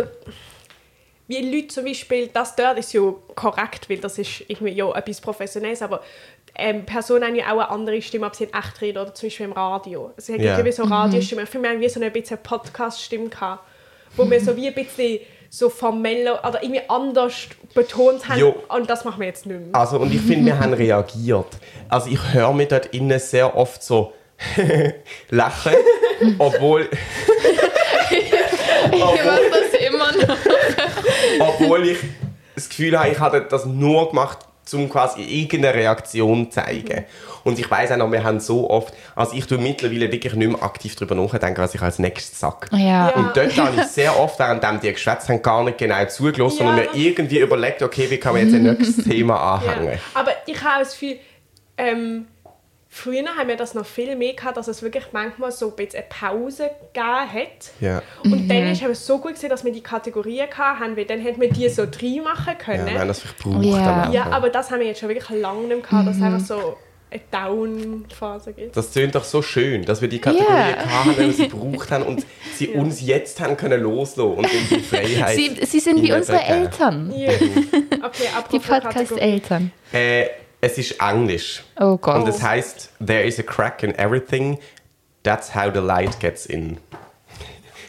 Speaker 3: wie Leute zum Beispiel, das dort ist ja korrekt, weil das ist irgendwie ja etwas Professionelles, aber ähm, Personen haben ja auch eine andere Stimme, ob sie in echt reden oder zum Beispiel im Radio. Es gibt
Speaker 1: Ja.
Speaker 3: irgendwie so Radiostimme. Ich finde, wir haben wie so eine bisschen Podcast-Stimme gehabt, wo wir so wie ein bisschen so formeller oder irgendwie anders betont haben
Speaker 1: Jo.
Speaker 3: und das machen wir jetzt nicht mehr.
Speaker 1: Also, und ich finde, wir haben reagiert. Also, ich höre mir dort innen sehr oft so [LAUGHS] lachen, obwohl,
Speaker 2: Ich mache das immer noch.
Speaker 1: obwohl ich das Gefühl habe, ich habe das nur gemacht, um quasi irgendeine Reaktion zu zeigen. Und ich weiß auch noch, wir haben so oft, also ich tue mittlerweile wirklich nicht mehr aktiv darüber nachdenken, was ich als nächstes sage.
Speaker 2: Ja.
Speaker 3: Ja.
Speaker 1: Und dort habe ich sehr oft, währenddem die geschwätzt haben, gar nicht genau zugelassen, sondern
Speaker 3: Ja,
Speaker 1: mir
Speaker 3: das-
Speaker 1: irgendwie überlegt, okay, wie kann man jetzt ein nächstes Thema anhängen.
Speaker 3: Ja. Aber ich habe es viel. Ähm, früher haben wir das noch viel mehr gehabt, dass es wirklich manchmal so ein bisschen eine Pause gegeben hat.
Speaker 1: Ja.
Speaker 3: Und dann ist es so gut gesehen, dass wir die Kategorien gehabt haben, weil dann hätten wir die so drei machen
Speaker 1: Ja,
Speaker 3: können.
Speaker 1: wir
Speaker 3: Ja,
Speaker 1: haben das vielleicht gebraucht.
Speaker 2: Ja.
Speaker 1: am Anfang.
Speaker 3: aber das haben wir jetzt schon wirklich lange nicht mehr gehabt, dass es einfach so eine Down-Phase gibt.
Speaker 1: Das tönt doch so schön, dass wir die Kategorie
Speaker 2: Ja.
Speaker 1: yeah. haben, wenn wir sie gebraucht haben und sie uns jetzt haben können loslassen und in die Freiheit.
Speaker 2: Sie, sie sind wie
Speaker 1: ihnen
Speaker 2: unsere
Speaker 1: übergeben.
Speaker 2: Eltern.
Speaker 3: Ja.
Speaker 1: Mhm.
Speaker 3: Okay,
Speaker 2: Die
Speaker 3: apropos Kategorie.
Speaker 2: Podcast-Eltern.
Speaker 1: Äh, es ist Englisch
Speaker 2: Oh
Speaker 1: und
Speaker 2: Gott.
Speaker 1: es heißt There is a crack in everything, that's how the light gets in. [LAUGHS]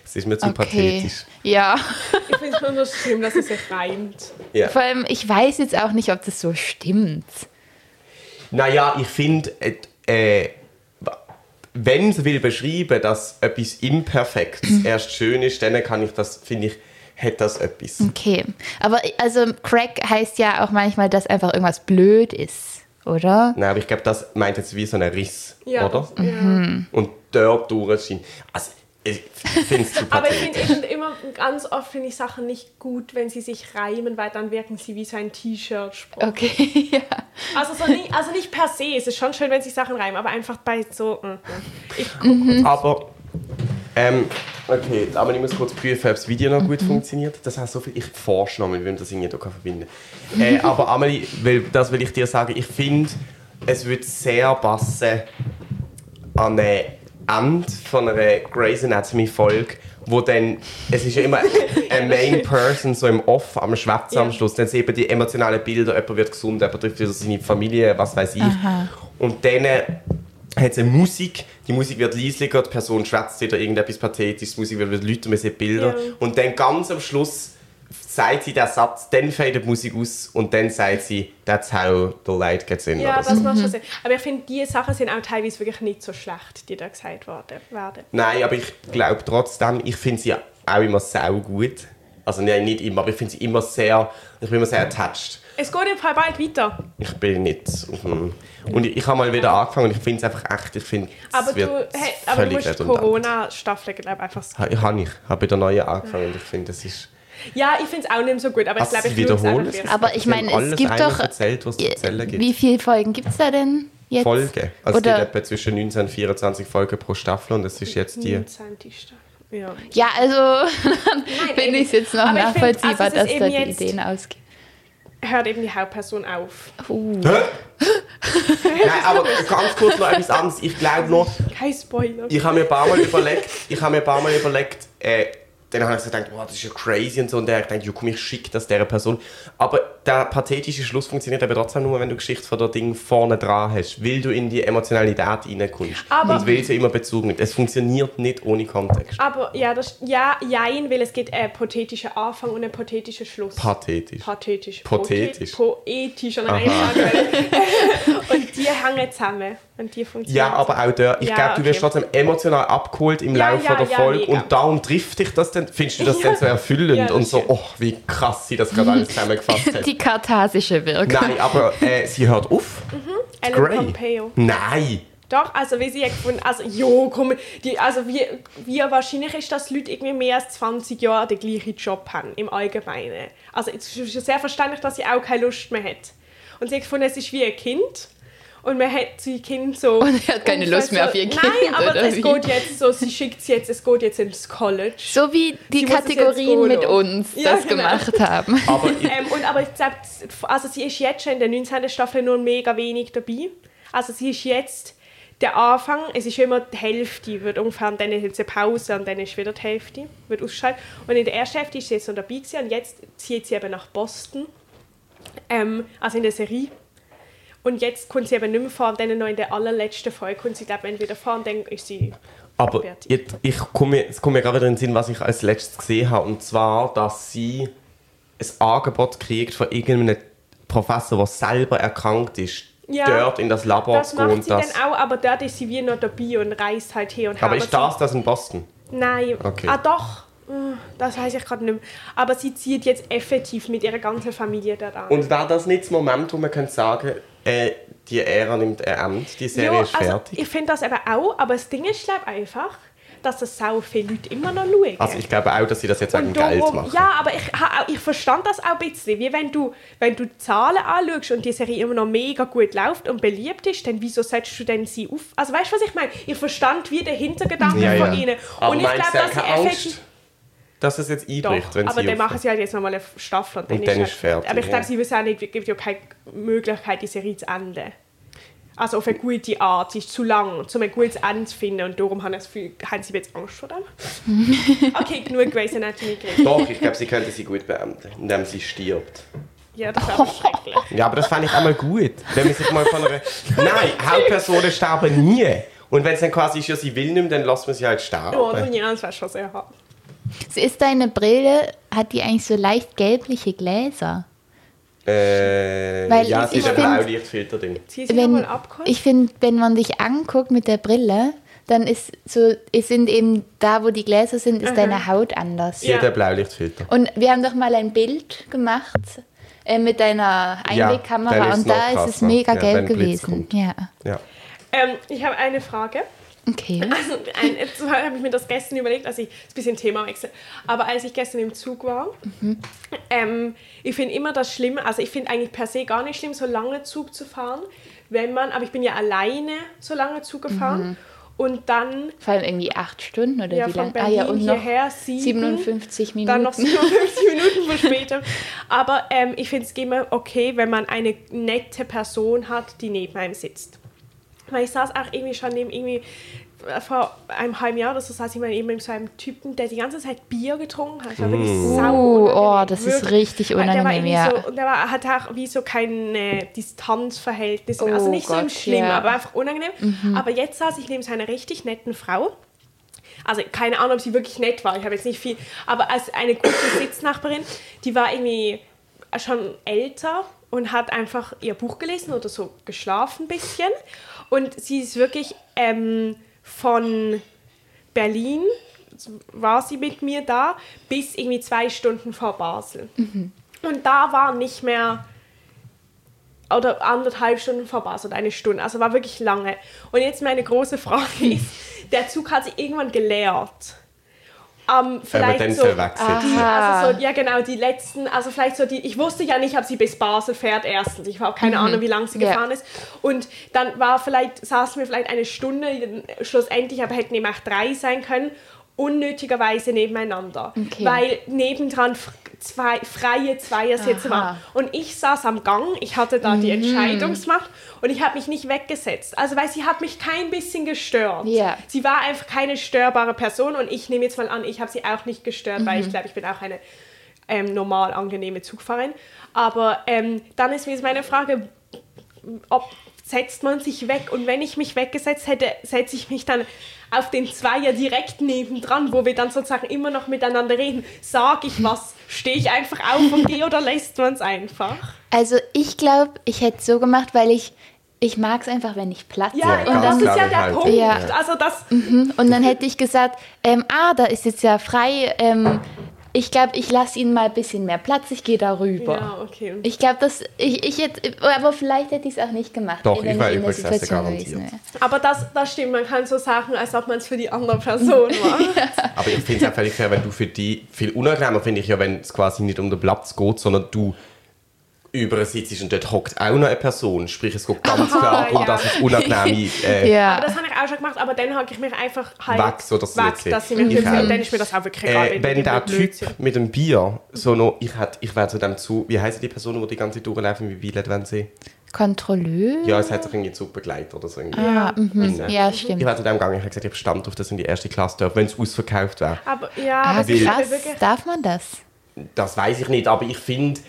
Speaker 1: Es ist mir zu
Speaker 2: Okay.
Speaker 1: pathetisch.
Speaker 2: Ja.
Speaker 3: Ich finde es nur so schlimm, dass es sich reimt.
Speaker 1: Ja.
Speaker 2: [LAUGHS] Vor allem, ich weiß jetzt auch nicht, ob das so stimmt.
Speaker 1: Naja, ich finde, äh, äh, wenn es will beschreiben, dass etwas Imperfektes
Speaker 3: [CLEARS THROAT]
Speaker 1: erst schön ist, dann kann ich das, finde ich, hat das etwas.
Speaker 3: Hm.
Speaker 2: Okay. Aber also Crack heißt ja auch manchmal, dass einfach irgendwas blöd ist, oder?
Speaker 1: Nein, aber ich glaube, das meint jetzt wie so ein Riss,
Speaker 3: Ja,
Speaker 1: oder?
Speaker 3: Das, ja.
Speaker 1: Und dort durchscheint. Also, ich finde es zu
Speaker 3: Aber ich
Speaker 1: pathetisch.
Speaker 3: finde ich find immer ganz oft finde ich Sachen nicht gut, wenn sie sich reimen, weil dann wirken sie wie so ein T-Shirt.
Speaker 2: Okay, [LAUGHS] ja.
Speaker 3: Also, so nie, also nicht per se, es ist schon schön, wenn sich Sachen reimen, aber einfach bei so. mm, mm. Ich,
Speaker 1: Aber, ähm, okay, aber ich muss kurz prüfen, ob das Video noch gut funktioniert. Das heißt so viel, ich forsche noch, mit wem das irgendwie da kann verbinden kann. Äh, aber Amelie, weil, das will ich dir sagen, ich finde, es würde sehr passen an ein Ende von einer Grey's Anatomy-Folge, wo dann, es ist ja immer ein Main Person so im Off am Schwätzen
Speaker 3: Ja.
Speaker 1: am Schluss, dann sieht man die emotionalen Bilder, jemand wird gesund, jemand trifft wieder seine Familie, was weiß ich. Und dann hat es eine Musik, die Musik wird leislicher, die Person schwätzt wieder irgendetwas Pathetisches, die Musik wird wieder lauter, man sieht Bilder.
Speaker 3: Ja.
Speaker 1: Und dann ganz am Schluss sagt sie den Satz, dann fällt die Musik aus und dann sagt sie, that's how the light gets in.
Speaker 3: ja,
Speaker 1: oder so.
Speaker 3: das macht schon Sinn. Aber ich finde, die Sachen sind auch teilweise wirklich nicht so schlecht, die da gesagt worden- werden.
Speaker 1: Nein, aber ich glaube trotzdem, ich finde sie auch immer sau gut. Also nein, nicht immer, aber ich finde sie immer sehr, ich bin immer sehr attached.
Speaker 3: Es geht im Fall bald weiter.
Speaker 1: Ich bin nicht auf dem- Und ich, ich habe mal wieder angefangen und ich finde es einfach echt, ich finde
Speaker 3: Aber
Speaker 1: es wird
Speaker 3: du, hey, aber du
Speaker 1: völlig
Speaker 3: musst die
Speaker 1: redundant.
Speaker 3: Corona-Staffel, glaube ich, einfach.
Speaker 1: Ha- Ich habe ich, habe bei der neuen angefangen und ich finde, das ist...
Speaker 3: Ja, ich finde es auch nicht mehr so gut, aber ich
Speaker 1: Also
Speaker 3: glaube, ich
Speaker 1: sie
Speaker 3: schaue es
Speaker 1: wiederholen
Speaker 3: einfach
Speaker 1: es.
Speaker 3: wieder.
Speaker 2: Aber ich
Speaker 1: Sie haben
Speaker 2: meine,
Speaker 1: alles
Speaker 2: es gibt
Speaker 1: einmal
Speaker 2: doch. äh,
Speaker 1: erzählt, was zu erzählen gibt.
Speaker 2: Wie viele Folgen gibt es da denn jetzt?
Speaker 1: Folgen. Also es
Speaker 2: Oder,
Speaker 1: gibt etwa zwischen 19 und 24 Folgen pro Staffel und das ist jetzt
Speaker 3: Mhm.
Speaker 1: die...
Speaker 3: 19. Staffel. Ja.
Speaker 2: ja, also [LAUGHS] finde
Speaker 3: eben.
Speaker 2: ich es jetzt noch
Speaker 3: Aber ich find,
Speaker 2: nachvollziehbar,
Speaker 3: also es ist
Speaker 2: dass da
Speaker 3: eben
Speaker 2: die
Speaker 3: jetzt-
Speaker 2: Ideen ausgehen.
Speaker 3: Hört eben die Hauptperson auf. [LAUGHS]
Speaker 1: Hä? Nein, aber ganz kurz noch etwas anderes. Ich glaube noch,
Speaker 3: Kein Spoiler.
Speaker 1: ich habe mir ein paar Mal überlegt, ich habe mir ein paar Mal überlegt, äh, dann habe ich so gedacht, wow, das ist ja crazy und so. Und dann habe ich gedacht, ja, komm, ich schicke das dieser Person. Aber der pathetische Schluss funktioniert eben trotzdem nur, wenn du die Geschichte von der Ding vorne dran hast, weil du in die Emotionalität reinkommst.
Speaker 3: Aber-
Speaker 1: und weil sie immer Bezug nimmt. Es funktioniert nicht ohne Kontext.
Speaker 3: Aber ja, das, ja, jein, weil es gibt einen pathetischen Anfang und einen pathetischen Schluss.
Speaker 1: Pathetisch.
Speaker 3: Pathetisch.
Speaker 1: Pathetisch.
Speaker 3: Poet- Poetisch, oder nein, sagen wollen. [LAUGHS] Und die hängen zusammen. Und die
Speaker 1: Ja,
Speaker 3: funktionieren.
Speaker 1: aber auch da, ich
Speaker 3: Ja,
Speaker 1: glaube, du wirst
Speaker 3: okay.
Speaker 1: trotzdem emotional abgeholt im
Speaker 3: Ja,
Speaker 1: Laufe
Speaker 3: ja,
Speaker 1: der
Speaker 3: ja,
Speaker 1: Folge
Speaker 3: mega.
Speaker 1: und darum trifft dich das dann, findest du das
Speaker 3: Ja.
Speaker 1: dann so erfüllend
Speaker 3: Ja, das
Speaker 1: und so,
Speaker 3: stimmt.
Speaker 1: oh, wie krass sie das gerade alles zusammengefasst hat.
Speaker 2: [LAUGHS] Die katharsische Wirkung.
Speaker 1: Nein, aber äh, sie hört auf.
Speaker 3: Ellen
Speaker 1: Grey.
Speaker 3: Pompeo.
Speaker 1: Nein.
Speaker 3: Doch, also wie sie hat gefunden, also jo, komm, die, also wie, wie wahrscheinlich ist, dass Leute irgendwie mehr als 20 Jahre den gleichen Job haben, im Allgemeinen. Also es ist ja sehr verständlich, dass sie auch keine Lust mehr hat. Und sie hat gefunden, es ist wie ein Kind und man hat sein Kind so...
Speaker 2: Und er hat keine
Speaker 3: ungefähr
Speaker 2: Lust mehr auf ihr
Speaker 3: Nein,
Speaker 2: Kind,
Speaker 3: aber
Speaker 2: oder
Speaker 3: es
Speaker 2: wie?
Speaker 3: geht jetzt so, sie schickt sie jetzt, es geht jetzt ins College.
Speaker 2: So wie die
Speaker 3: Sie muss es jetzt
Speaker 2: Kategorien
Speaker 3: holen.
Speaker 2: mit uns
Speaker 3: Ja,
Speaker 2: das
Speaker 3: genau.
Speaker 2: gemacht haben.
Speaker 1: Aber
Speaker 3: [LAUGHS] ähm, und aber ich glaube, also sie ist jetzt schon in der 19. Staffel nur mega wenig dabei. Also sie ist jetzt der Anfang, es ist immer die Hälfte, wird ungefähr, und dann ist eine Pause und dann ist wieder die Hälfte, wird ausgeschrieben. Und in der ersten Hälfte ist sie jetzt noch dabei gewesen, und jetzt zieht sie eben nach Boston, ähm, also in der Serie. Und jetzt kommt sie eben nicht mehr vor, und dann noch in der allerletzten Folge kommt sie, glaube ich, entweder vor, und dann ist sie...
Speaker 1: Aber
Speaker 3: Berti.
Speaker 1: jetzt, ich komme, mir- es kommt mir gerade wieder in den Sinn, was ich als letztes gesehen habe. Und zwar, dass sie ein Angebot kriegt von irgendeinem Professor, der selber erkrankt ist,
Speaker 3: Ja.
Speaker 1: dort in das Labor
Speaker 3: Das
Speaker 1: zu gehen.
Speaker 3: macht
Speaker 1: und
Speaker 3: sie
Speaker 1: Das.
Speaker 3: dann auch, aber dort ist sie wie noch dabei und reist halt her und her.
Speaker 1: Aber ist
Speaker 3: sie-
Speaker 1: das das in Boston?
Speaker 3: Nein.
Speaker 1: Okay.
Speaker 3: Ah doch, Äh, das weiß ich gerade nicht mehr. Aber sie zieht jetzt effektiv mit ihrer ganzen Familie da an.
Speaker 1: Und wäre das nicht das Moment, wo man könnte sagen, äh, die Ära nimmt ein Ende, die Serie ist fertig?
Speaker 3: also ich finde das eben auch, aber das Ding ist, glaube einfach, dass das sau viele Leute immer noch schauen.
Speaker 1: also ich glaube auch, dass sie das jetzt wegen
Speaker 3: Und
Speaker 1: Geld
Speaker 3: darum-
Speaker 1: machen.
Speaker 3: Ja, aber ich, ha- auch- ich verstand das auch ein bisschen. Wie wenn du, wenn du die Zahlen anschaust und die Serie immer noch mega gut läuft und beliebt ist, dann wieso setzt du denn sie auf? Also weißt du, was ich meine? Ich verstand wie den Hintergedanken
Speaker 1: Ja,
Speaker 3: von
Speaker 1: ja.
Speaker 3: ihnen.
Speaker 1: Aber
Speaker 3: und ich
Speaker 1: meinst
Speaker 3: glaube,
Speaker 1: du,
Speaker 3: dass
Speaker 1: dass
Speaker 3: sie
Speaker 1: keine
Speaker 3: effektiv...
Speaker 1: Angst, dass es jetzt einbricht,
Speaker 3: Doch,
Speaker 1: wenn sie
Speaker 3: aber dann
Speaker 1: aufhören?
Speaker 3: machen sie halt jetzt nochmal eine Staffel und dann,
Speaker 1: Und dann ist
Speaker 3: halt-
Speaker 1: fertig,
Speaker 3: Aber ich
Speaker 1: ja.
Speaker 3: glaube, sie wissen auch nicht, es gibt ja keine Möglichkeit, die Serie zu enden. Also auf eine gute Art. Sie ist zu lang, um ein gutes Ende zu finden und darum haben, das Gefühl, haben sie jetzt Angst
Speaker 2: [LAUGHS]
Speaker 3: vor dem. Okay, genug Grey's Anatomy geredet.
Speaker 1: Doch, ich glaube, sie könnte sie gut beenden, indem sie stirbt.
Speaker 3: Ja, das ist
Speaker 2: [LAUGHS]
Speaker 3: aber schrecklich.
Speaker 1: Ja, aber das fand ich einmal gut. Wenn man sich mal von einer. Nein, Hauptpersonen sterben nie. Und wenn es dann quasi ist, ja, sie will nicht mehr, dann lassen wir sie halt sterben.
Speaker 3: Oh, nun ja, das war schon sehr hart.
Speaker 2: So [LAUGHS] Ist deine Brille, hat die eigentlich so leicht gelbliche Gläser?
Speaker 1: äh,
Speaker 2: Weil
Speaker 1: ja,
Speaker 2: ich-
Speaker 1: sie ist
Speaker 2: ich
Speaker 1: eben
Speaker 2: find-
Speaker 1: auch Lichtfilterding.
Speaker 3: Sie ist
Speaker 2: Wenn,
Speaker 3: nochmal abgeholt.
Speaker 2: ich finde, wenn man dich anguckt mit der Brille, dann ist so, es sind eben da, wo die Gläser sind, ist deine Haut anders.
Speaker 1: Sie
Speaker 3: Ja.
Speaker 1: hat einen Blaulichtfilter.
Speaker 2: Und wir haben doch mal ein Bild gemacht äh, mit deiner
Speaker 1: Ja,
Speaker 2: Einwegkamera
Speaker 1: dann ist
Speaker 2: und
Speaker 1: noch
Speaker 2: da
Speaker 1: krasser.
Speaker 2: ist es mega
Speaker 1: Ja, wenn
Speaker 2: gelb
Speaker 1: Blitz
Speaker 2: gewesen.
Speaker 1: kommt.
Speaker 2: Ja,
Speaker 1: Ja.
Speaker 3: Ähm, ich habe eine Frage.
Speaker 2: okay.
Speaker 3: Also, ein, jetzt habe ich mir das gestern überlegt, also ich ein bisschen Thema wechsle. Aber als ich gestern im Zug war, ähm, ich finde immer das schlimm, also ich finde eigentlich per se gar nicht schlimm, so lange Zug zu fahren, wenn man, aber ich bin ja alleine so lange Zug gefahren und dann
Speaker 2: Vor allem irgendwie acht Stunden oder
Speaker 3: ja,
Speaker 2: Mhm. wie
Speaker 3: von
Speaker 2: lange? Ah,
Speaker 3: Berlin
Speaker 2: und noch
Speaker 3: hierher sieben,
Speaker 2: 57
Speaker 3: dann
Speaker 2: Minuten. [LAUGHS]
Speaker 3: noch 57 Minuten verspätet. Aber ähm, ich finde es immer okay, wenn man eine nette Person hat, die neben einem sitzt. Weil ich saß auch irgendwie schon neben irgendwie äh, vor einem halben Jahr oder so saß ich mal eben mit so einem Typen, der die ganze Zeit Bier getrunken hat. Das war wirklich sau
Speaker 2: Oh, oh,
Speaker 3: unangenehm.
Speaker 2: das ist
Speaker 3: Wirklich.
Speaker 2: richtig
Speaker 3: Weil der war
Speaker 2: unangenehm,
Speaker 3: irgendwie
Speaker 2: ja.
Speaker 3: So, und der war, hat auch wie so kein äh, Distanzverhältnis. mehr. also
Speaker 2: Oh
Speaker 3: nicht so im
Speaker 2: Gott,
Speaker 3: Schlimm,
Speaker 2: ja. Mhm.
Speaker 3: aber einfach unangenehm. Aber jetzt saß ich neben so einer richtig netten Frau. Also keine Ahnung, ob sie wirklich nett war. Ich habe jetzt nicht viel. Aber als eine gute Sitznachbarin, die war irgendwie schon älter und hat einfach ihr Buch gelesen oder so geschlafen ein bisschen. Und sie ist wirklich ähm, von Berlin, war sie mit mir da, bis irgendwie zwei Stunden vor Basel. Und da war nicht mehr oder anderthalb Stunden verpasst oder eine Stunde. Also war wirklich lange. Und jetzt meine große Frage ist, der Zug hat sich irgendwann geleert. Ähm,
Speaker 1: Wenn man
Speaker 3: vielleicht
Speaker 1: dann
Speaker 3: so,
Speaker 1: so wegsitzen.
Speaker 2: Ah.
Speaker 3: also so, ja genau, die letzten, also vielleicht so die, ich wusste ja nicht, ob sie bis Basel fährt erstens. Ich habe keine Ahnung, wie lange sie
Speaker 2: Mhm. Ja.
Speaker 3: gefahren ist. Und dann war vielleicht, saßen wir vielleicht eine Stunde, schlussendlich, aber hätten eben auch drei sein können. unnötigerweise nebeneinander,
Speaker 2: Okay.
Speaker 3: weil nebendran f- zwei, freie
Speaker 2: Aha.
Speaker 3: Zweiersitze waren. Und ich saß am Gang, ich hatte da die Entscheidungsmacht und ich habe mich nicht weggesetzt. Also, weil sie hat mich kein bisschen gestört.
Speaker 2: Ja.
Speaker 3: Sie war einfach keine störbare Person und ich nehme jetzt mal an, ich habe sie auch nicht gestört, weil ich glaube, ich bin auch eine ähm, normal angenehme Zugfahrerin. Aber ähm, dann ist mir jetzt meine Frage, ob setzt man sich weg und wenn ich mich weggesetzt hätte, setze ich mich dann auf den Zweier direkt nebendran, wo wir dann sozusagen immer noch miteinander reden. Sag ich was? Stehe ich einfach auf und gehe oder lässt man es einfach?
Speaker 2: Also ich glaube, ich hätte so gemacht, weil ich, ich mag es einfach, wenn ich Platz
Speaker 3: Ja,
Speaker 2: habe.
Speaker 3: und
Speaker 1: ganz
Speaker 3: das ist ja
Speaker 1: klare
Speaker 3: der
Speaker 1: Haltung.
Speaker 3: Punkt.
Speaker 2: Ja. Mhm.
Speaker 3: Also das,
Speaker 2: Und
Speaker 1: Mhm.
Speaker 2: dann hätte ich gesagt, ähm, ah, da ist jetzt ja frei. Ähm, ich glaube, ich lasse ihnen mal ein bisschen mehr Platz. Ich gehe da rüber.
Speaker 3: ja, okay.
Speaker 2: Ich glaube, das, ich, ich hätte, aber vielleicht hätte ich es auch nicht gemacht.
Speaker 1: Doch,
Speaker 2: wenn
Speaker 1: ich war
Speaker 2: in der
Speaker 1: übrigens um erste
Speaker 2: Situation
Speaker 1: garantiert.
Speaker 2: gewesen wäre.
Speaker 3: Aber das, das stimmt, man kann so Sachen, als ob man es für die
Speaker 2: [LAUGHS]
Speaker 3: andere Person macht.
Speaker 1: Aber ich finde es auch völlig fair, wenn du für die viel unangenehmer finde ich ja, wenn es quasi nicht um den Platz geht, sondern du überall sitzt und dort hockt auch noch eine Person. Sprich, es geht ganz
Speaker 3: Aha,
Speaker 1: klar darum,
Speaker 3: ja.
Speaker 1: dass es unangenehm
Speaker 2: [LAUGHS]
Speaker 1: äh,
Speaker 2: Ah, Ja.
Speaker 3: Aber das habe ich auch schon gemacht, aber dann hake ich mich einfach halt
Speaker 1: Weg, so dass sie
Speaker 3: weg,
Speaker 1: nicht sehen.
Speaker 3: dass sie mich
Speaker 1: Ich
Speaker 3: nicht sehen.
Speaker 1: auch.
Speaker 3: Und dann ist mir das auch wirklich egal.
Speaker 1: äh,
Speaker 3: die
Speaker 1: Wenn der
Speaker 3: blöd
Speaker 1: Typ
Speaker 3: sind.
Speaker 1: mit dem Bier so noch, ich, hätt- ich wäre zu dem zu, wie heißen die Personen, die die ganze Zeit durchlaufen, wie viel wenn sie?
Speaker 2: Kontrolleur?
Speaker 1: Ja, es hat sich irgendwie zugbegleitet oder so. Irgendwie.
Speaker 2: Ah, mhm.
Speaker 1: Innen.
Speaker 2: ja
Speaker 1: ne. Ich
Speaker 2: stimmt.
Speaker 1: war zu dem gegangen, ich habe gesagt, ich bestand darauf, dass ich in die erste Klasse darf, wenn es ausverkauft wäre.
Speaker 3: Aber ja,
Speaker 2: Ah,
Speaker 3: aber ich habe
Speaker 2: krass.
Speaker 3: wirklich-
Speaker 2: Darf man das?
Speaker 1: Das weiß ich nicht, aber ich finde,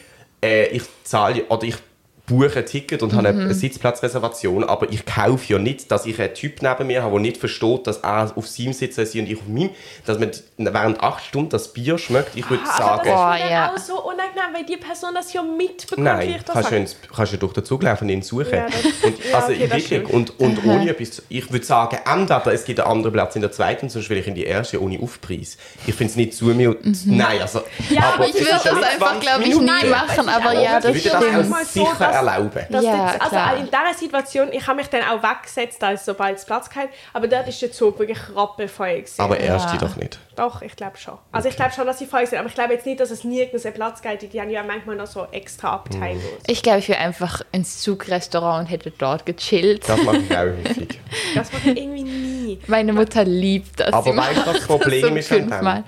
Speaker 1: äh, ich zahle oder ich buche ein Ticket und habe
Speaker 3: Mhm.
Speaker 1: eine Sitzplatzreservation, aber ich kaufe ja nicht, dass ich einen Typ neben mir habe, der nicht versteht, dass er auf seinem Sitz ist und ich auf meinem, dass man während acht Stunden das Bier schmeckt. Ich würde
Speaker 3: Aber Ah, also das
Speaker 1: sagen,
Speaker 2: Boah,
Speaker 3: ist mir dann
Speaker 2: ja.
Speaker 3: auch so unangenehm, weil die Person das ja mitbekommt, wie
Speaker 1: Nein,
Speaker 3: ich das
Speaker 1: kannst du,
Speaker 3: sage.
Speaker 1: ins, kannst du durch den Zug laufen und ihn suchen.
Speaker 3: Ja, das-
Speaker 1: und,
Speaker 3: ja,
Speaker 1: also
Speaker 3: okay, das
Speaker 1: wirklich,
Speaker 3: stimmt.
Speaker 1: und,
Speaker 3: [LAUGHS]
Speaker 1: und ohne etwas, zu- ich würde sagen, entweder es gibt einen anderen Platz in der zweiten, sonst will ich in die erste ohne Aufpreis. Ich finde es nicht zu mir, und- nein, also...
Speaker 3: Mhm. Ja, aber ich
Speaker 1: es ist
Speaker 3: würd
Speaker 1: ja
Speaker 2: das
Speaker 1: nicht
Speaker 2: einfach,
Speaker 1: 20
Speaker 2: glaub ich,
Speaker 1: Minuten.
Speaker 2: nie machen, aber ja, das
Speaker 1: Ich würde das
Speaker 3: stimmt.
Speaker 1: auch sicher
Speaker 3: Dass-
Speaker 1: erlauben.
Speaker 3: Das
Speaker 2: Ja,
Speaker 3: jetzt, also
Speaker 2: klar.
Speaker 3: in dieser Situation, ich habe mich dann auch weggesetzt, als sobald es Platz gab, aber dort ist der Zug wirklich rappelvoll. Gewesen.
Speaker 1: Aber erste
Speaker 2: Ja.
Speaker 1: doch nicht.
Speaker 3: Doch, ich glaube schon. Also ich glaube schon, dass sie voll sind, aber ich glaube jetzt nicht, dass es nirgends einen Platz gibt. Die haben ja manchmal noch so extra Abteile.
Speaker 1: Mm.
Speaker 2: Ich glaube, ich wäre einfach ins Zugrestaurant und hätte dort gechillt.
Speaker 1: Das mache ich auch häufig.
Speaker 3: Das mache ich irgendwie nie.
Speaker 2: Meine Mutter liebt das. Sie
Speaker 1: Aber weißt du,
Speaker 2: macht
Speaker 1: was das Problem
Speaker 2: [LAUGHS] so
Speaker 1: ist an
Speaker 2: fünfmal.
Speaker 1: dem?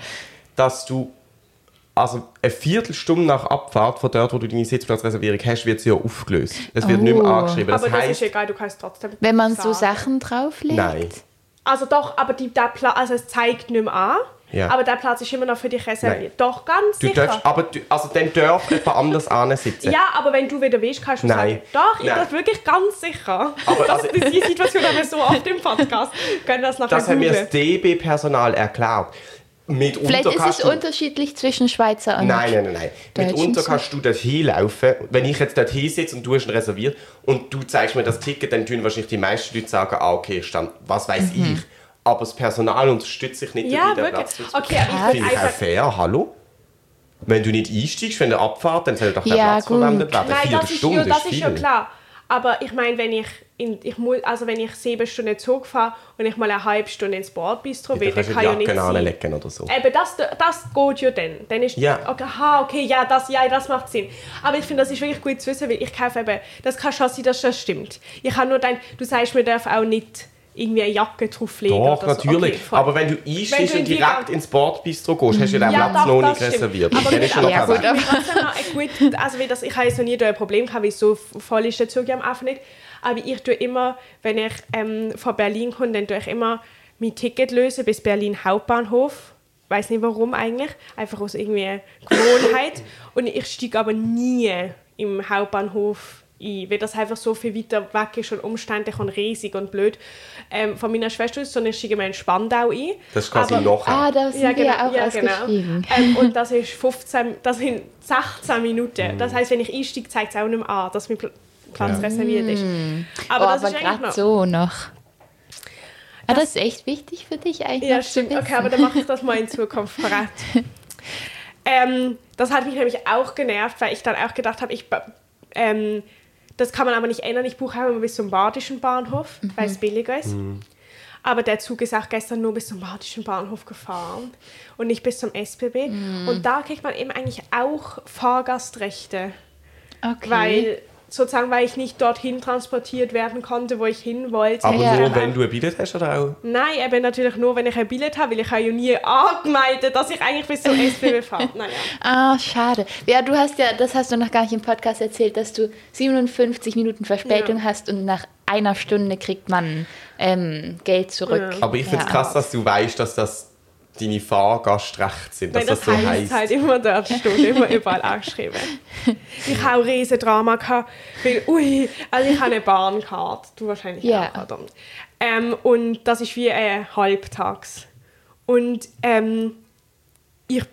Speaker 1: Dass du, also eine Viertelstunde nach Abfahrt von dort, wo du deine Sitzplatzreservierung hast, wird sie ja aufgelöst. Es wird nicht
Speaker 2: Oh.
Speaker 1: mehr angeschrieben. [LAUGHS] Das
Speaker 3: aber das
Speaker 1: heisst,
Speaker 3: ist egal, du kannst trotzdem.
Speaker 2: Wenn man so
Speaker 3: sagen.
Speaker 2: Sachen drauflegt?
Speaker 1: nein.
Speaker 3: Also doch, aber die, der Platz, also es zeigt nicht mehr an.
Speaker 1: Ja.
Speaker 3: Aber der Platz ist immer noch für dich reserviert.
Speaker 1: Nein.
Speaker 3: Doch, ganz
Speaker 1: Du
Speaker 3: sicher.
Speaker 1: darfst, aber du, also dann darf jemand anders [LAUGHS] ansitzen.
Speaker 3: ja, aber wenn du wieder willst, kannst du
Speaker 1: Nein.
Speaker 3: sagen, doch, ich
Speaker 1: Nein.
Speaker 3: das wirklich ganz sicher. [LAUGHS]
Speaker 1: Aber
Speaker 3: das,
Speaker 1: also-
Speaker 3: das ist die Situation, haben wir so oft im Podcast. Können das nachher
Speaker 1: Das hat mir das
Speaker 3: googeln.
Speaker 1: DB-Personal erklärt. Mitunter
Speaker 2: Vielleicht ist
Speaker 1: kannst
Speaker 2: es
Speaker 1: du-
Speaker 2: unterschiedlich zwischen Schweizer und.
Speaker 1: Nein, nein, nein, nein.
Speaker 2: Deutschen
Speaker 1: Mitunter
Speaker 2: so.
Speaker 1: kannst du dort hinlaufen. Wenn ich jetzt dort hinsitze und du hast ihn reserviert und du zeigst mir das Ticket, dann tun wahrscheinlich die meisten Leute sagen, ah, okay, ich stand, was weiß ich. Aber das Personal unterstützt sich nicht,
Speaker 3: Mhm. Ja,
Speaker 1: dabei, den Platz
Speaker 3: wirklich.
Speaker 1: zu-
Speaker 3: Okay, Also
Speaker 1: Finde
Speaker 3: aber ich
Speaker 1: ich halt
Speaker 3: würde
Speaker 1: auch
Speaker 3: einfach...
Speaker 1: fair, hallo? Wenn du nicht einsteigst, wenn der abfahrt, dann soll doch der
Speaker 2: Ja,
Speaker 1: Platz
Speaker 2: gut.
Speaker 1: verwendet werden.
Speaker 3: Ah, Nein,
Speaker 1: Vier
Speaker 3: das ist,
Speaker 1: Stunden
Speaker 3: ja, das ist
Speaker 1: viel.
Speaker 3: ja klar. Aber ich meine, wenn ich, in, ich muss, also wenn ich sieben Stunden Zug fahre und ich mal eine halbe Stunde ins Bordbistro will,
Speaker 1: Dann
Speaker 3: dann
Speaker 1: kannst du
Speaker 3: kann
Speaker 1: die
Speaker 3: ja nicht Äh,
Speaker 1: Jacken
Speaker 3: sein.
Speaker 1: anlegen oder so.
Speaker 3: Eben, das, das geht ja dann. Dann ist
Speaker 1: Ja.
Speaker 3: okay, aha, okay, ja das, ja, das macht Sinn. Aber ich finde, das ist wirklich gut zu wissen, weil ich kaufe eben, das kann schon sein, dass das stimmt. Ich habe nur gedacht, du sagst, wir dürfen auch nicht irgendwie eine Jacke drauflegen
Speaker 1: Doch,
Speaker 3: oder so.
Speaker 1: natürlich.
Speaker 3: Okay, voll.
Speaker 1: aber wenn du
Speaker 3: Wenn
Speaker 1: einsteigst
Speaker 3: du in
Speaker 1: und
Speaker 3: die
Speaker 1: direkt
Speaker 3: Gang-
Speaker 1: ins Bordbistro gehst, hast du den
Speaker 3: ja,
Speaker 1: Platz noch
Speaker 3: doch, das
Speaker 1: nicht
Speaker 3: stimmt.
Speaker 1: reserviert.
Speaker 3: Aber
Speaker 1: Dann
Speaker 3: mit
Speaker 1: ist er noch
Speaker 2: Ja,
Speaker 1: weg.
Speaker 2: gut,
Speaker 3: Abstand ist mir trotzdem noch ein gut, also wie das, ich habe jetzt noch nie da ein Problem gehabt, weil so voll ist der Zug ja am Anfang nicht. Aber ich tue immer, wenn ich ähm, von Berlin komme, dann tue ich immer mein Ticket lösen bis Berlin Hauptbahnhof. Weiß nicht warum eigentlich, einfach aus irgendwie Gewohnheit. Und ich steige aber nie im Hauptbahnhof ein, weil das einfach so viel weiter weg ist und umständlich und riesig und blöd. Ähm, von meiner Schwester ist so, ich steige immer in Spandau ein.
Speaker 1: Das ist quasi
Speaker 3: Aber-
Speaker 1: noch.
Speaker 2: Ah, da sind wir ja auch
Speaker 3: ja,
Speaker 2: ausgeschrieben.
Speaker 3: Ähm, und das ist 15, das sind 16 Minuten. Das heißt, wenn ich einsteige, zeigt es auch nicht mehr an, dass mein Pl- Platz reserviert ist. Aber
Speaker 2: Aber, oh, aber
Speaker 3: das ist eigentlich
Speaker 2: gerade
Speaker 3: noch.
Speaker 2: so noch. Ah, das ist echt wichtig für dich eigentlich.
Speaker 3: Ja,
Speaker 2: noch zu
Speaker 3: stimmt.
Speaker 2: wissen.
Speaker 3: Okay, aber dann mache ich das mal in Zukunft
Speaker 2: [LAUGHS]
Speaker 3: parat. ähm, das hat mich nämlich auch genervt, weil ich dann auch gedacht habe, ich. ba- Ähm, das kann man aber nicht ändern. Ich buche immer bis zum Badischen Bahnhof,
Speaker 2: Mhm.
Speaker 3: weil es billiger ist. Aber der Zug ist auch gestern nur bis zum Badischen Bahnhof gefahren und nicht bis zum SBB.
Speaker 2: Mhm.
Speaker 3: Und da kriegt man eben eigentlich auch Fahrgastrechte,
Speaker 2: okay.
Speaker 3: weil sozusagen, weil ich nicht dorthin transportiert werden konnte, wo ich hin wollte.
Speaker 1: Aber
Speaker 2: Ja. genau.
Speaker 1: nur, wenn du ein Billett hast oder auch?
Speaker 3: Nein, eben natürlich nur, wenn ich ein Billett habe, weil ich habe ja nie angemeldet, dass ich eigentlich bis zur SBB fahre. Naja.
Speaker 2: Ah, schade. Ja, du hast ja, das hast du noch gar nicht im Podcast erzählt, dass du 57 Minuten Verspätung hast und nach einer Stunde kriegt man ähm, Geld zurück.
Speaker 1: Aber ich finde es
Speaker 2: Ja.
Speaker 1: krass, dass du weißt, dass das deine Fahrgastrechte sind, dass
Speaker 3: Nein, das,
Speaker 1: das, so
Speaker 3: heisst,
Speaker 1: heisst.
Speaker 3: halt immer dort steht, immer überall angeschrieben. Ich habe auch riesen Drama gehabt, weil, ui, also ich habe eine Bahncard, du wahrscheinlich
Speaker 2: Ja.
Speaker 3: auch, oder? Ähm, und das ist wie ein Halbtags. Und ähm, ich,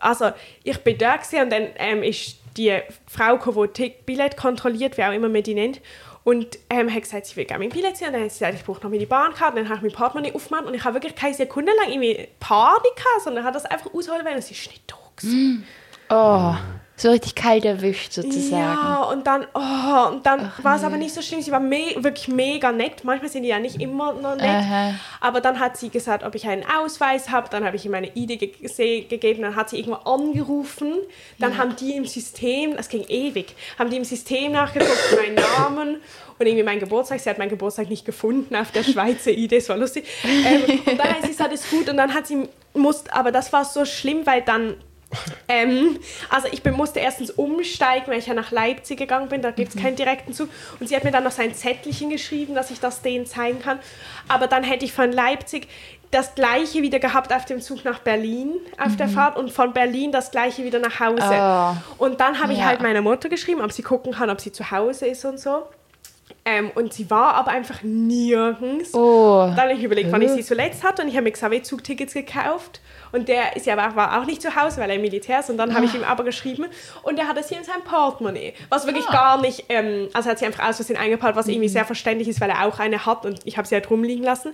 Speaker 3: also ich bin da gewesen und dann ähm, ist die Frau, gekommen, die Tick- Billett kontrolliert, wie auch immer man die nennt, und ähm, hat gesagt, sie will gerne mein Billett sehen. Und dann hat sie gesagt, ich brauche noch meine Bahnkarte. Und dann habe ich mein Portemonnaie aufgemacht und ich habe wirklich keine Sekunde lang irgendwie Panik gehabt, sondern habe das einfach ausholen wollen und sie ist nicht da. gewesen.
Speaker 2: Oh, so richtig kalt erwischt sozusagen.
Speaker 3: Ja, und dann, oh, und dann war es aber nicht so schlimm. Sie war me wirklich mega nett. Manchmal sind die ja nicht immer noch nett.
Speaker 2: Aha.
Speaker 3: Aber dann hat sie gesagt, ob ich einen Ausweis habe. Dann habe ich ihm meine ID ge gese- gegeben. Dann hat sie irgendwo angerufen. Dann haben die im System, das ging ewig, haben die im System nachgeguckt, meinen Namen und irgendwie meinen Geburtstag. Sie hat meinen Geburtstag nicht gefunden auf der Schweizer ID. Das war lustig. Ähm, und dann hat sie gesagt, ist gut. Und dann hat sie, musste, aber das war so schlimm, weil dann ähm, also ich bin, musste erstens umsteigen, weil ich ja nach Leipzig gegangen bin, da gibt es
Speaker 2: Mhm.
Speaker 3: keinen direkten Zug. Und sie hat mir dann noch sein Zettelchen geschrieben, dass ich das denen zeigen kann. Aber dann hätte ich von Leipzig das gleiche wieder gehabt auf dem Zug nach Berlin auf
Speaker 2: Mhm.
Speaker 3: der Fahrt und von Berlin das gleiche wieder nach Hause. Und dann habe ich
Speaker 2: Ah. Ja.
Speaker 3: halt meiner Mutter geschrieben, ob sie gucken kann, ob sie zu Hause ist und so. Ähm, und sie war aber einfach nirgends.
Speaker 2: Oh.
Speaker 3: Dann habe ich überlegt, wann ich sie zuletzt hatte und ich habe mir Xavier-Zugtickets gekauft. Und der ist ja aber, war auch nicht zu Hause, weil er im Militär ist. Und dann
Speaker 1: Ah.
Speaker 3: habe ich ihm aber geschrieben und er hat es hier in seinem Portemonnaie. Was wirklich
Speaker 1: Ah.
Speaker 3: gar nicht, ähm, also hat sie einfach aus Versehen eingepackt, was
Speaker 1: Mhm.
Speaker 3: irgendwie sehr verständlich ist, weil er auch eine hat und ich habe sie halt rumliegen lassen.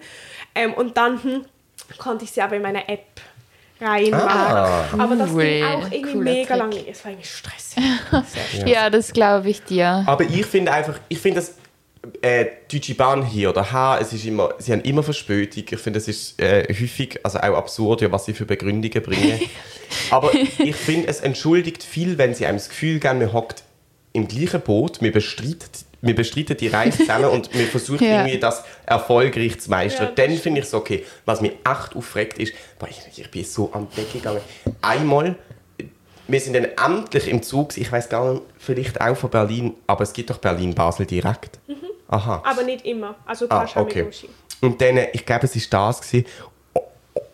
Speaker 3: Ähm, und dann hm, konnte ich sie aber in meiner App reinmachen.
Speaker 1: Ah.
Speaker 3: aber das ging
Speaker 2: Cool.
Speaker 3: auch irgendwie
Speaker 2: Cooler
Speaker 3: mega
Speaker 2: Trick.
Speaker 3: lange. Es war irgendwie stressig.
Speaker 2: Ja, das glaube ich dir.
Speaker 1: Aber ich finde einfach, ich finde das äh, Deutsche Bahn hier oder H, es ist immer, sie haben immer Verspätung. Ich finde, es ist äh, häufig, also auch absurd, ja, was sie für Begründungen bringen. Aber ich finde, es entschuldigt viel, wenn sie einem das Gefühl geben, man hockt im gleichen Boot, man bestreitet, man bestreitet die Reise zusammen und man versucht
Speaker 2: Ja.
Speaker 1: irgendwie das erfolgreich zu meistern.
Speaker 3: Ja, das
Speaker 1: Dann finde ich es okay. Was mich echt aufregt, ist, boah, ich, ich bin so am Deck gegangen. Einmal wir sind dann endlich im Zug. Ich weiß gar nicht, vielleicht auch von Berlin, aber es gibt doch Berlin-Basel direkt. Aha.
Speaker 3: Aber nicht immer. Also ein
Speaker 1: Ah,
Speaker 3: paar ah,
Speaker 1: okay. Und dann, äh, ich glaube, es ist das gewesen. O-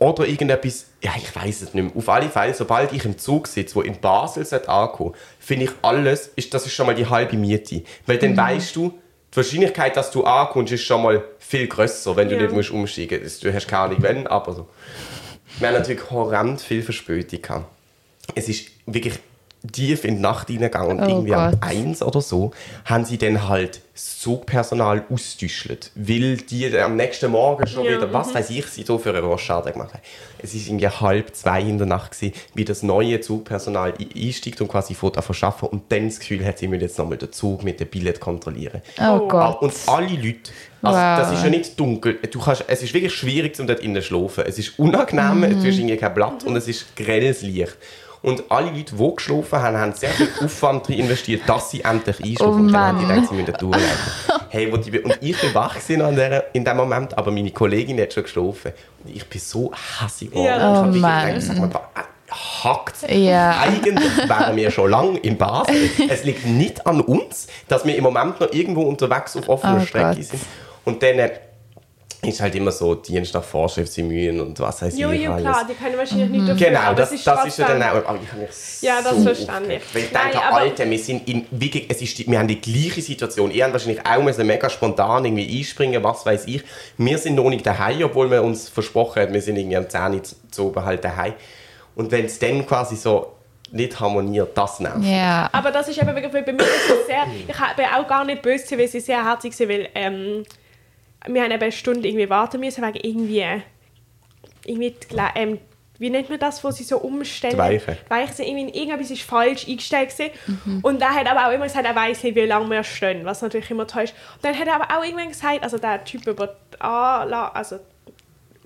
Speaker 1: Oder irgendetwas, ja, ich weiß es nicht mehr. Auf alle Fälle, sobald ich im Zug sitze, wo in Basel sollte ankommen, finde ich alles, ist, das ist schon mal die halbe Miete. Weil
Speaker 2: Mhm.
Speaker 1: dann weißt du, die Wahrscheinlichkeit, dass du ankommst, ist schon mal viel grösser, wenn du
Speaker 3: Ja.
Speaker 1: nicht musst umsteigen musst. Du hast keine Ahnung, wenn, aber so. Wir haben natürlich horrend viel Verspätung gehabt. Es ist wirklich tief in die Nacht reingegangen und
Speaker 2: Oh
Speaker 1: irgendwie am
Speaker 2: Gott.
Speaker 1: eins oder so, haben sie dann halt das Zugpersonal ausgetäuscht, weil die dann am nächsten Morgen schon
Speaker 3: Ja,
Speaker 1: wieder, was weiß ich, sie so für einen Rohrschaden gemacht haben. Es ist irgendwie halb zwei in der Nacht gewesen, wie das neue Zugpersonal e- einsteigt und quasi Foto verschaffen und dann das Gefühl hat, sie müssen jetzt nochmal den Zug mit dem Billett kontrollieren.
Speaker 2: Oh,
Speaker 3: Oh.
Speaker 1: Ah,
Speaker 2: Gott.
Speaker 1: Und alle Leute. Also,
Speaker 2: Wow.
Speaker 1: Das ist ja nicht dunkel. Du kannst, es ist wirklich schwierig, um dort innen zu schlafen. Es ist unangenehm,
Speaker 2: Mhm.
Speaker 1: du hast irgendwie kein Blatt und es ist grelles Licht. Und alle Leute, die geschlafen haben, haben sehr
Speaker 2: [LAUGHS]
Speaker 1: viel Aufwand drin investiert, dass sie endlich einschlafen.
Speaker 2: Oh
Speaker 1: und dann haben die
Speaker 2: Mann.
Speaker 1: gedacht, sie müssen durchlaufen.
Speaker 2: [LAUGHS]
Speaker 1: Hey, wo die, und ich bin wach gewesen an der, in dem Moment, aber meine Kollegin hat schon geschlafen. Und ich bin so hässig geworden.
Speaker 3: Ja,
Speaker 1: ich
Speaker 3: das
Speaker 1: hab
Speaker 2: Oh
Speaker 1: wirklich
Speaker 2: Mann.
Speaker 1: gedacht, sag mal, wa- hackt's?
Speaker 2: Ja.
Speaker 1: Eigentlich wären wir schon lange in Basel. Es liegt nicht an uns, dass wir im Moment noch irgendwo unterwegs auf offener
Speaker 2: Oh
Speaker 1: Strecke
Speaker 2: Gott.
Speaker 1: sind. Und dann äh, ist halt immer so Dienst nach Vorschrift, sie mühen und was heißt
Speaker 3: Jo, jo, klar, die können wahrscheinlich nicht dafür.
Speaker 1: Genau,
Speaker 3: aber
Speaker 1: das,
Speaker 3: es
Speaker 1: das ist ja dann
Speaker 3: trotzdem-
Speaker 1: auch. Aber ich habe mich
Speaker 3: Ja, das
Speaker 1: so
Speaker 3: verstand
Speaker 1: aufgeregt.
Speaker 3: ich.
Speaker 1: Weil ich
Speaker 3: Nein,
Speaker 1: denke,
Speaker 3: aber-
Speaker 1: Alter, wir, sind in, wirklich, es ist die, wir haben die gleiche Situation. Ihr habt wahrscheinlich auch müssen mega spontan irgendwie einspringen, was weiß ich. Wir sind noch nicht daheim, obwohl wir uns versprochen haben, wir sind irgendwie am 10 Uhr zu- zu oben halt daheim. Und wenn es dann quasi so nicht harmoniert, das nervt.
Speaker 2: ja.
Speaker 3: Aber das ist eben wirklich, weil bei mir ist es sehr, ich ha- bin auch gar nicht böse gewesen, weil sie sehr herzig war, weil ähm, wir haben eben eine Stunde irgendwie warten müssen, wegen irgendwie, irgendwie, die Gle- ähm, wie nennt man das, wo sie so umstellen?
Speaker 1: Die Weiche.
Speaker 3: Weiche sind irgendwie, irgendwas ist falsch eingestellt gewesen. Und da hat aber auch immer gesagt, er weiß nicht, wie lange wir stehen, was natürlich immer täuscht. Und dann hat er aber auch irgendwann gesagt, also der Typ über die Anla also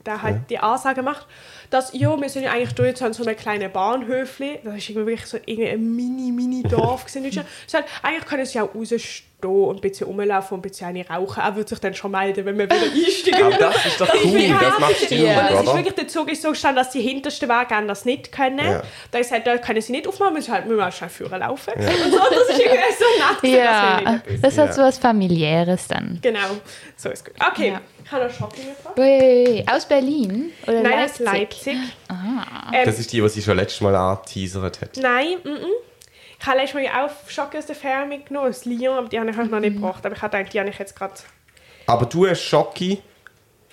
Speaker 3: der halt die Ansage macht, dass ja, wir sind ja eigentlich durch an so einem kleinen
Speaker 1: [LAUGHS]
Speaker 3: Bahnhöfli, das ist irgendwie wirklich so irgendwie ein mini, mini Dorf gewesen in Deutschland. Sie hat, eigentlich können sie ja auch raussteigen stehen und ein bisschen rumlaufen und ein bisschen eine rauchen. Er würde sich dann schon melden, wenn
Speaker 1: [LAUGHS]
Speaker 3: wir wieder einsteigen.
Speaker 1: Aber das ist
Speaker 3: [LAUGHS]
Speaker 1: doch cool,
Speaker 3: Ja,
Speaker 1: das macht Stimmung,
Speaker 3: Und es ist
Speaker 1: oder?
Speaker 3: wirklich der Zug ist so gestanden, dass die hintersten Wagen das nicht können.
Speaker 1: Ja.
Speaker 3: Da ist halt, da können sie nicht aufmachen, müssen halt müssen wir schnell führen laufen. Und so, das ist
Speaker 2: [LAUGHS]
Speaker 3: irgendwie so nett. gewesen, dass wir
Speaker 2: Ja,
Speaker 3: nicht-
Speaker 2: das
Speaker 1: Ja.
Speaker 2: hat so was Familiäres dann.
Speaker 3: Genau, so ist gut. Okay,
Speaker 2: Ja.
Speaker 3: ich habe noch Shopping gebracht.
Speaker 2: Ui, aus Berlin? Oder
Speaker 3: Nein, aus
Speaker 2: Leipzig?
Speaker 3: Leipzig.
Speaker 1: Das ist die, die sie schon letztes Mal angeteasert hat.
Speaker 3: Nein, mhm. Ich habe letztes Mal ja auch Schocke aus der Fähre mitgenommen, aus Lyon, aber die habe ich halt noch nicht
Speaker 2: Mhm.
Speaker 3: gebracht. Aber ich habe gedacht, die habe ich jetzt gerade...
Speaker 1: Aber du hast Schocki.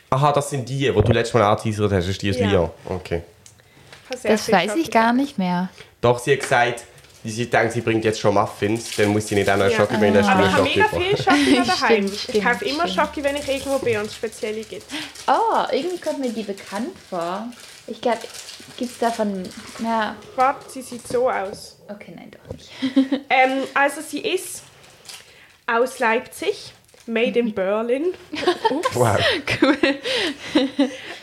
Speaker 1: Aha, das sind die, die du letztes Mal angeteasert hast, das ist die aus
Speaker 3: Ja.
Speaker 1: Lyon. Okay.
Speaker 3: ich habe sehr
Speaker 2: Das
Speaker 3: viel
Speaker 2: weiß ich
Speaker 3: Schocke.
Speaker 2: gar nicht mehr.
Speaker 1: Doch, sie hat gesagt, sie denkt, sie bringt jetzt schon Muffins, dann muss sie nicht auch noch einen
Speaker 3: Ja.
Speaker 1: Schocki bringen, dann hast du
Speaker 3: Aber
Speaker 1: nur
Speaker 3: ich habe
Speaker 1: einen
Speaker 3: mega
Speaker 1: Schocki
Speaker 3: viel
Speaker 1: gebracht.
Speaker 3: Schocke daheim. ich
Speaker 2: [LAUGHS] stimmt,
Speaker 3: kaufe immer
Speaker 2: stimmt.
Speaker 3: Schocke, wenn ich irgendwo bin und es spezielle gibt.
Speaker 2: Oh, irgendwie kommt mir die bekannt vor. Ich glaube, gibt es davon. Na,
Speaker 3: Warte, sie sieht so aus.
Speaker 2: okay, nein,
Speaker 1: [LAUGHS]
Speaker 2: doch nicht.
Speaker 3: Ähm, also sie ist aus Leipzig, made in Berlin.
Speaker 1: Wow.
Speaker 2: Cool.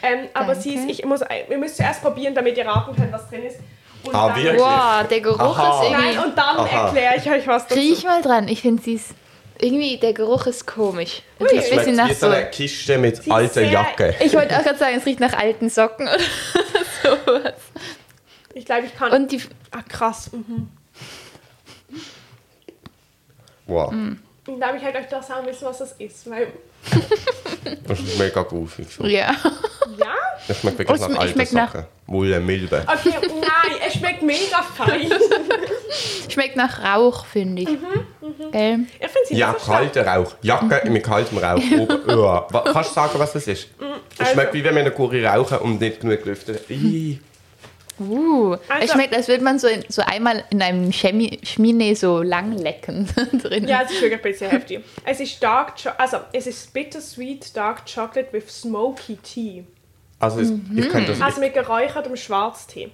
Speaker 3: Ähm, aber sie ist, ich muss, wir müssen zuerst probieren, damit ihr raten könnt, was drin ist. Und
Speaker 1: Ah,
Speaker 3: dann,
Speaker 1: wirklich?
Speaker 2: Wow, der Geruch
Speaker 1: Aha.
Speaker 2: ist irgendwie.
Speaker 3: Nein, und dann
Speaker 1: Aha.
Speaker 3: erkläre ich euch was dazu.
Speaker 2: riech mal dran. Ich finde, sie ist. Irgendwie, der Geruch ist komisch. Es
Speaker 3: Ui.
Speaker 2: riecht ein bisschen
Speaker 1: Vielleicht
Speaker 2: nach
Speaker 1: wie so
Speaker 2: so.
Speaker 1: eine Kiste mit
Speaker 3: ist
Speaker 1: alter
Speaker 3: sehr-
Speaker 1: Jacke.
Speaker 2: Ich wollte auch gerade sagen, es riecht nach alten Socken oder sowas.
Speaker 3: Ich glaube, ich kann.
Speaker 2: Und die.
Speaker 3: ah, krass. Mhm.
Speaker 1: Wow,
Speaker 2: Mm.
Speaker 3: Ich glaube, ich hätte euch doch sagen müssen, was das ist. Weil,
Speaker 1: das ist mega goofig.
Speaker 2: Ja. [LAUGHS]
Speaker 3: ja?
Speaker 1: Das schmeckt wirklich
Speaker 2: Oh, es
Speaker 1: nach
Speaker 2: schmeckt-
Speaker 1: alter
Speaker 2: schmeckt nach-
Speaker 1: Sachen. Mulle, Milbe.
Speaker 3: Okay, oh nein, es schmeckt mega fein.
Speaker 2: Schmeckt nach Rauch, finde ich. Gell?
Speaker 3: [LAUGHS] Ich finde sie
Speaker 1: Ja,
Speaker 3: nicht so schlecht.
Speaker 1: kalter Rauch. Jacke mit kaltem
Speaker 2: [LAUGHS]
Speaker 1: Rauch. Oben. Ja. Wa- Kannst du sagen, was das ist? Es
Speaker 3: also-
Speaker 1: schmeckt wie wenn wir eine Gurke rauchen und nicht genug lüften. Ih.
Speaker 2: Uh, es
Speaker 3: Also-
Speaker 2: schmeckt, als würde man so, in, so einmal in einem Chemie, Schmine so lang [LAUGHS] lecken drin.
Speaker 3: Ja, es ist wirklich ein bisschen heftig. Es ist Dark Cho also es ist Bittersweet Dark Chocolate with Smoky Tea.
Speaker 1: Also es,
Speaker 2: Mhm.
Speaker 1: ich könnte das
Speaker 3: Also mit geräuchertem Schwarztee.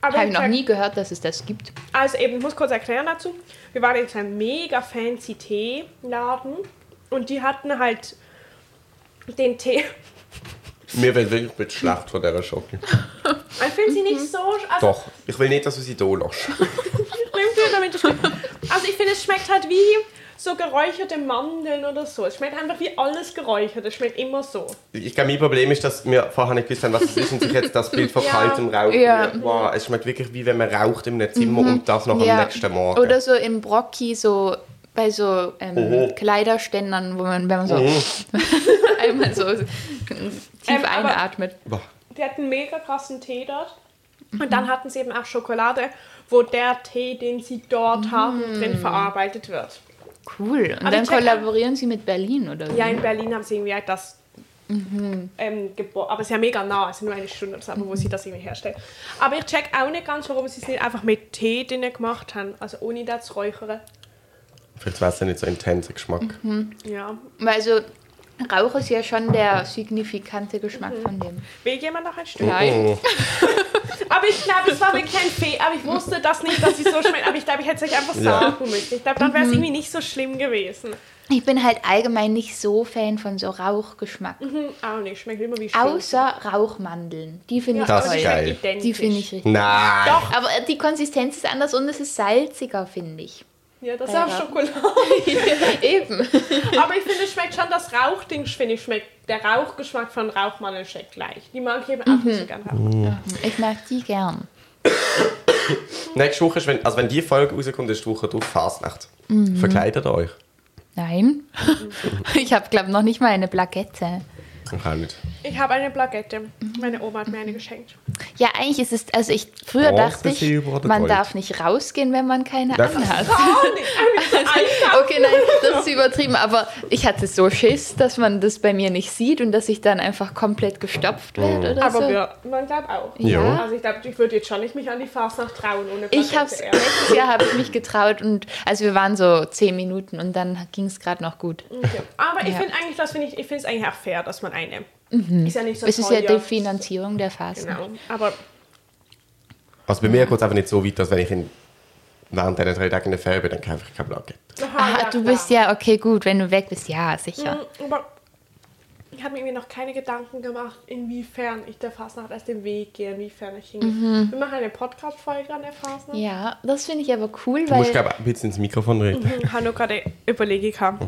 Speaker 3: Aber
Speaker 2: Habe
Speaker 3: wie
Speaker 2: ich noch
Speaker 3: gesagt,
Speaker 2: nie gehört, dass es das gibt.
Speaker 3: Also eben, ich muss kurz erklären dazu. Wir waren in so einem mega fancy Teeladen und die hatten halt den Tee. [LAUGHS]
Speaker 1: Mir wird wirklich mit schlecht von dieser Schocke.
Speaker 3: Ich finde sie nicht so... sch- Also
Speaker 1: Mhm. Doch, ich will nicht, dass du sie da lässt.
Speaker 3: Nimmst du damit das- Also ich finde, es schmeckt halt wie so geräucherte Mandeln oder so. Es schmeckt einfach wie alles geräuchert. Es schmeckt immer so.
Speaker 1: Ich glaube, mein Problem ist, dass wir vorher nicht gewusst haben, was es ist und sich jetzt das Bild von
Speaker 3: Ja. Mhm.
Speaker 1: kaltem Rauch.
Speaker 2: Ja.
Speaker 1: Wow, es schmeckt wirklich wie wenn man raucht in einem Zimmer und das noch am nächsten Morgen.
Speaker 2: Oder so in Brocki, so bei so ähm,
Speaker 1: Oho.
Speaker 2: Kleiderständern, wo man, wenn man so
Speaker 1: Mhm.
Speaker 2: [LAUGHS] einmal so tief
Speaker 3: Ähm, aber-
Speaker 2: einatmet.
Speaker 1: Wow.
Speaker 3: Die hatten einen mega krassen Tee dort. Und dann hatten sie eben auch Schokolade, wo der Tee, den sie dort haben, drin verarbeitet wird.
Speaker 2: Cool. Und
Speaker 3: Aber
Speaker 2: dann
Speaker 3: ich check-
Speaker 2: kollaborieren sie mit Berlin oder so.
Speaker 3: Ja, in Berlin haben sie irgendwie halt das ähm, geboren. Aber es ist ja mega nah, es sind nur eine Stunde oder so, aber wo sie das irgendwie herstellen. Aber ich check auch nicht ganz, warum sie es nicht einfach mit Tee drin gemacht haben. Also ohne das zu räuchern.
Speaker 1: Vielleicht war es ja nicht so intenser Geschmack.
Speaker 3: Mhm. Ja.
Speaker 2: Weil so Rauch ist ja schon der signifikante
Speaker 3: Mhm.
Speaker 2: Geschmack von dem.
Speaker 3: Will jemand noch ein Stück?
Speaker 2: Nein.
Speaker 1: Oh.
Speaker 3: Aber ich glaube, es war wirklich ein Fee. Aber ich wusste das nicht, dass sie so schmeckt. Aber ich glaube, ich hätte es euch einfach
Speaker 1: Ja. Mhm.
Speaker 3: sagen müssen. Ich glaube, dann wäre es irgendwie nicht so schlimm gewesen.
Speaker 2: Ich bin halt allgemein nicht so Fan von so Rauchgeschmack.
Speaker 3: Hm, auch nicht. Schmeckt immer wie Schuhe.
Speaker 2: Außer Rauchmandeln. Die finde ich
Speaker 1: Das
Speaker 2: toll.
Speaker 1: ist
Speaker 3: die
Speaker 1: geil.
Speaker 3: schmecken identisch.
Speaker 2: Die finde ich richtig.
Speaker 1: Nein!
Speaker 3: Doch.
Speaker 2: Aber äh, die Konsistenz ist anders und es ist salziger, finde [LAUGHS] ich.
Speaker 3: Ja, das ist
Speaker 2: Ja.
Speaker 3: auch Schokolade.
Speaker 2: [LAUGHS] Eben.
Speaker 3: Aber ich finde, es schmeckt schon das Rauchding, finde ich, schmeckt. Der Rauchgeschmack von Rauchmandeln schmeckt gleich. Die mag ich eben auch
Speaker 2: Mhm.
Speaker 3: nicht so gerne. Rauch.
Speaker 2: Ich mag die gern.
Speaker 1: Nächste Woche ist, wenn, also wenn die Folge rauskommt, ist die Woche drauf Fasnacht.
Speaker 3: Mhm.
Speaker 1: Verkleidet euch.
Speaker 2: Nein. [LAUGHS] Ich habe, glaube noch nicht mal eine Plakette.
Speaker 1: Ich auch nicht.
Speaker 3: Ich habe eine Plakette. Meine Oma hat mir
Speaker 2: [LAUGHS]
Speaker 3: eine geschenkt.
Speaker 2: Ja, eigentlich ist es, also ich, früher
Speaker 1: Bronze,
Speaker 2: dachte ich,
Speaker 1: Silber oder
Speaker 2: man
Speaker 1: Gold?
Speaker 2: darf nicht rausgehen, wenn man keine
Speaker 1: Das-
Speaker 2: anhat.
Speaker 3: Oh, nee, [LAUGHS] eine so einfach.
Speaker 2: Okay, nein, das ist übertrieben, aber ich hatte so Schiss, dass man das bei mir nicht sieht und dass ich dann einfach komplett gestopft
Speaker 1: Mhm.
Speaker 2: werde oder
Speaker 3: Aber
Speaker 2: so.
Speaker 3: wir, man glaubt auch.
Speaker 1: Ja.
Speaker 3: Also ich glaube, ich würde jetzt schon nicht mich an die Fasnacht trauen ohne Plakette.
Speaker 2: Ich hab's,
Speaker 3: ehrlich.
Speaker 2: letztes Jahr habe ich mich getraut und also wir waren so zehn Minuten und dann ging es gerade noch gut.
Speaker 3: Okay. Aber ich
Speaker 2: Ja. Mhm.
Speaker 3: finde eigentlich, das finde ich, ich finde es eigentlich auch fair, dass man eine. Ist ja nicht so
Speaker 2: Es ist ja die
Speaker 3: teuer.
Speaker 2: Finanzierung der Phasen.
Speaker 3: Genau. Aber
Speaker 1: Also bei mir geht es einfach nicht so weit, dass wenn ich in, während diesen drei Tagen in der Ferien bin, dann kaufe ich keine Plakette.
Speaker 3: Aha, Mhm.
Speaker 2: Ah, du bist ja, okay, gut, wenn du weg bist, ja, sicher.
Speaker 3: Aber ich habe mir irgendwie noch keine Gedanken gemacht, inwiefern ich der Fastnacht als den Weg gehe, inwiefern ich hingehe.
Speaker 2: Mhm.
Speaker 3: Wir machen eine Podcast-Folge an der Fastnacht.
Speaker 2: Ja, das finde ich aber cool,
Speaker 1: Du musst,
Speaker 2: weil
Speaker 1: glaube ich, ein bisschen ins Mikrofon reden.
Speaker 3: Mhm, Hanno gerade überlege ich habe.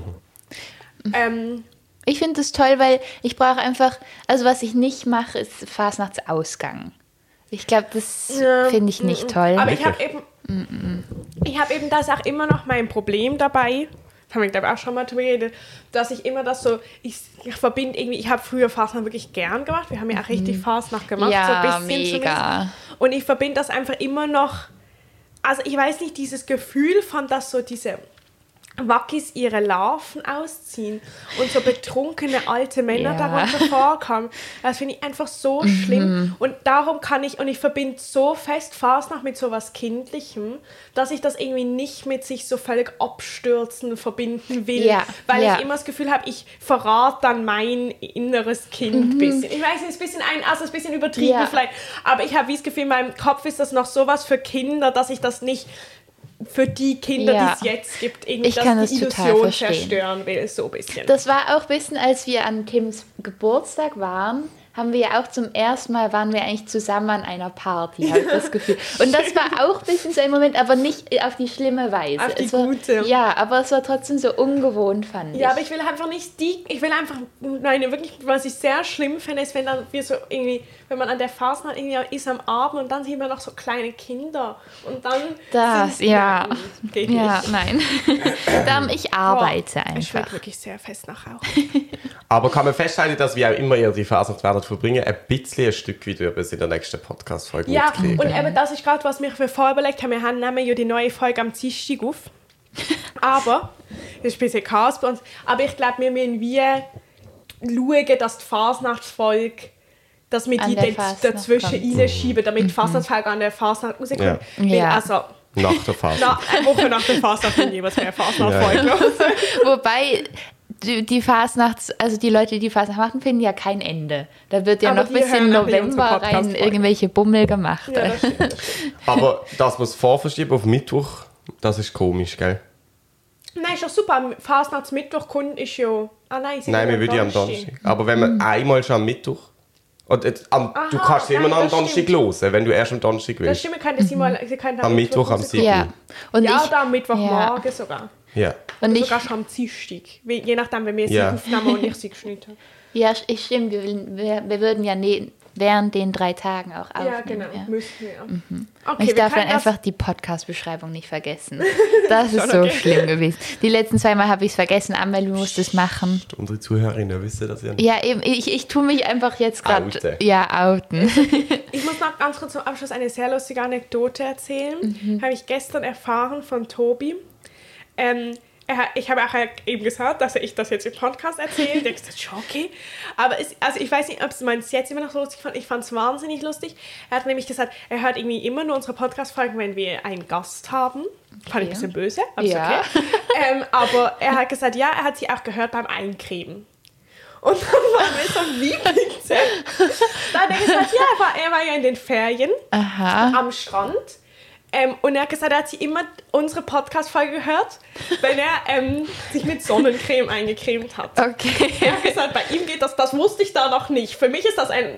Speaker 2: Mhm.
Speaker 3: Ähm,
Speaker 2: ich finde das toll, weil ich brauche einfach, also was ich nicht mache, ist Fastnachtsausgang. Ich glaube, das
Speaker 3: Ja, mhm.
Speaker 2: finde ich nicht toll.
Speaker 3: aber ich habe eben, ich habe eben das auch immer noch mein Problem dabei. Haben wir, glaube ich, auch schon mal drüber geredet, dass ich immer das so, ich, ich verbinde irgendwie, ich habe früher Fastnacht wirklich gern gemacht. Wir haben ja auch richtig Fastnacht gemacht. so
Speaker 2: Mhm. ja,
Speaker 3: ein bisschen zumindest.
Speaker 2: mega.
Speaker 3: Und ich verbinde das einfach immer noch, also ich weiß nicht, dieses Gefühl von, dass so diese Wackis ihre Larven ausziehen und so betrunkene alte
Speaker 2: Ja.
Speaker 3: Männer
Speaker 2: Mhm.
Speaker 3: darunter vorkommen. Das finde ich einfach so schlimm. Und darum kann ich, und ich verbinde so fest Fasnacht mit so was Kindlichem, dass ich das irgendwie nicht mit sich so völlig abstürzen verbinden will.
Speaker 2: Ja,
Speaker 3: Weil
Speaker 2: ja.
Speaker 3: ich immer das Gefühl habe, ich verrate dann mein inneres Kind ein bisschen. Ich weiß, es ist ein bisschen ein, also es ist ein bisschen übertrieben
Speaker 2: Mhm. Ja.
Speaker 3: vielleicht. Aber ich habe wie das Gefühl, in meinem Kopf ist das noch sowas für Kinder, dass ich das nicht für die Kinder,
Speaker 2: Ja.
Speaker 3: die es jetzt gibt, irgendwie
Speaker 2: Ich kann
Speaker 3: dass die
Speaker 2: das total
Speaker 3: Illusion
Speaker 2: verstehen.
Speaker 3: zerstören will. So ein bisschen.
Speaker 2: Das war auch ein bisschen, als wir an Tims Geburtstag waren, haben wir ja auch zum ersten Mal, waren wir eigentlich zusammen an einer Party, habe ich das Gefühl. Und das
Speaker 3: [LAUGHS]
Speaker 2: war auch ein bisschen so ein Moment, aber nicht auf die schlimme Weise.
Speaker 3: Auf die
Speaker 2: es war,
Speaker 3: gute.
Speaker 2: Ja, aber es war trotzdem so ungewohnt, fand
Speaker 3: ja, aber
Speaker 2: ich.
Speaker 3: ich will einfach nicht die, ich will einfach, meine, wirklich, was ich sehr schlimm finde, ist, wenn dann wir so irgendwie, wenn man an der Fasnacht irgendwie ist am Abend und dann sieht man noch so kleine Kinder und dann.
Speaker 2: Das,
Speaker 3: sind's-
Speaker 2: ja.
Speaker 3: Nein, geht
Speaker 2: Ja,
Speaker 3: nicht.
Speaker 2: nein.
Speaker 3: [LAUGHS]
Speaker 2: Dann, ich arbeite
Speaker 3: Ich schwöre
Speaker 2: einfach.
Speaker 3: wirklich sehr fest nach auch.
Speaker 1: Aber kann man festhalten, dass wir auch immer ihr die Fasnacht werden verbringen, ein bisschen ein Stück weit über es in der nächsten Podcast-Folge
Speaker 3: Ja,
Speaker 1: mitkriegen.
Speaker 3: und eben das ist gerade, was wir für vorher überlegt haben. Wir haben nämlich ja die neue Folge am
Speaker 1: [LAUGHS]
Speaker 3: Dienstag auf. Aber, das ist ein bisschen Chaos bei uns, aber ich glaube, wir müssen wie schauen, dass die Fasnachtsfolge, dass wir
Speaker 2: An
Speaker 3: die
Speaker 2: der
Speaker 3: daz-
Speaker 2: Fasnacht
Speaker 3: dazwischen reinschieben, damit die Fasnachtsfolge an der Fasnacht rauskommt.
Speaker 1: Mhm. Ja.
Speaker 3: Weil,
Speaker 2: Ja.
Speaker 3: Also,
Speaker 1: Nach der
Speaker 3: na,
Speaker 1: Fasnacht.
Speaker 3: eine Woche nach der Fasnacht sind
Speaker 1: [LAUGHS]
Speaker 3: jeweils mehr Fasnachtfolgen.
Speaker 2: [LAUGHS] Wobei die, die Fastnachts, also die Leute, die die Fastnacht machen, finden ja kein Ende. Da wird ja
Speaker 3: Aber
Speaker 2: noch
Speaker 3: die
Speaker 2: bis in
Speaker 3: hören auch nicht unsere
Speaker 2: November rein
Speaker 3: Podcast-Folge.
Speaker 2: irgendwelche Bummel gemacht. [LAUGHS]
Speaker 3: Ja, das stimmt.
Speaker 1: Aber dass wir es vorverschieben auf Mittwoch, das ist komisch, gell?
Speaker 3: [LAUGHS] Nein, ist doch super. Am Fasnachtsmittwoch kommt ist ja... Ah nein, sind
Speaker 1: Nein, wir
Speaker 3: am
Speaker 1: würden ja am Donnerstag. Aber wenn man einmal schon am Mittwoch. Und jetzt, am, du
Speaker 3: Aha,
Speaker 1: kannst sie immer
Speaker 3: nein,
Speaker 1: noch am
Speaker 3: das
Speaker 1: Donnerstag
Speaker 3: stimmt.
Speaker 1: hören, wenn du erst am Donnerstag
Speaker 3: Das
Speaker 1: willst.
Speaker 3: stimmt, wir können sie mal... Sie können
Speaker 1: Am Mittwoch, am
Speaker 3: rauskommen.
Speaker 1: Sieg.
Speaker 2: Ja. Und
Speaker 3: ja,
Speaker 2: ich,
Speaker 3: oder am Mittwochmorgen
Speaker 2: Ja.
Speaker 3: sogar.
Speaker 1: Ja.
Speaker 2: Und ich,
Speaker 3: sogar schon am Dienstag. Wie- Je nachdem, wenn wir sie
Speaker 1: Ja.
Speaker 3: aufnehmen und ich sie geschnitten habe.
Speaker 2: ja, ich stimmt, wir, will- wir, wir würden ja ne, während den drei Tagen auch [LAUGHS] aufnehmen.
Speaker 3: Ja, genau.
Speaker 2: ja. Mhm.
Speaker 3: Müssen wir.
Speaker 2: Und
Speaker 3: Okay,
Speaker 2: ich
Speaker 3: wir
Speaker 2: darf dann
Speaker 3: können das-
Speaker 2: einfach die Podcast-Beschreibung nicht
Speaker 3: [LAUGHS]
Speaker 2: vergessen. Das ist so schlimm gewesen. Die letzten zwei Mal habe ich es vergessen. Amelie musste es machen.
Speaker 1: Unsere Zuhörerinnen wissen das ja nicht.
Speaker 2: Ja, eben, ich, ich tue mich einfach jetzt gerade
Speaker 1: Oute.
Speaker 2: ja, outen.
Speaker 3: Ich muss noch ganz kurz zum Abschluss eine sehr lustige Anekdote erzählen.
Speaker 2: Mhm.
Speaker 3: Habe ich gestern erfahren von Tobi. Ähm, er, hat- ich habe auch eben gesagt, dass ich das jetzt im Podcast erzähle. Ich gesagt, schon okay. Aber es, also ich weiß nicht, ob man es jetzt immer noch so lustig fand. Ich fand es wahnsinnig lustig. Er hat nämlich gesagt, er hört irgendwie immer nur unsere Podcast-Folgen, wenn wir einen Gast haben. Fand ich ein bisschen böse, aber
Speaker 2: Ja.
Speaker 3: ist okay. ähm, aber er hat gesagt, ja, er hat sie auch gehört beim Eincremen. Und dann waren wir so, wie bitte? Dann hat er gesagt, ja, er war, er war ja in den Ferien
Speaker 2: Aha.
Speaker 3: am Strand. Ähm, und er hat gesagt, er hat sie immer unsere Podcast-Folge gehört, wenn er ähm, sich mit Sonnencreme eingecremt hat.
Speaker 2: Okay.
Speaker 3: Er hat gesagt, bei ihm geht das, das wusste ich da noch nicht. Für mich ist das ein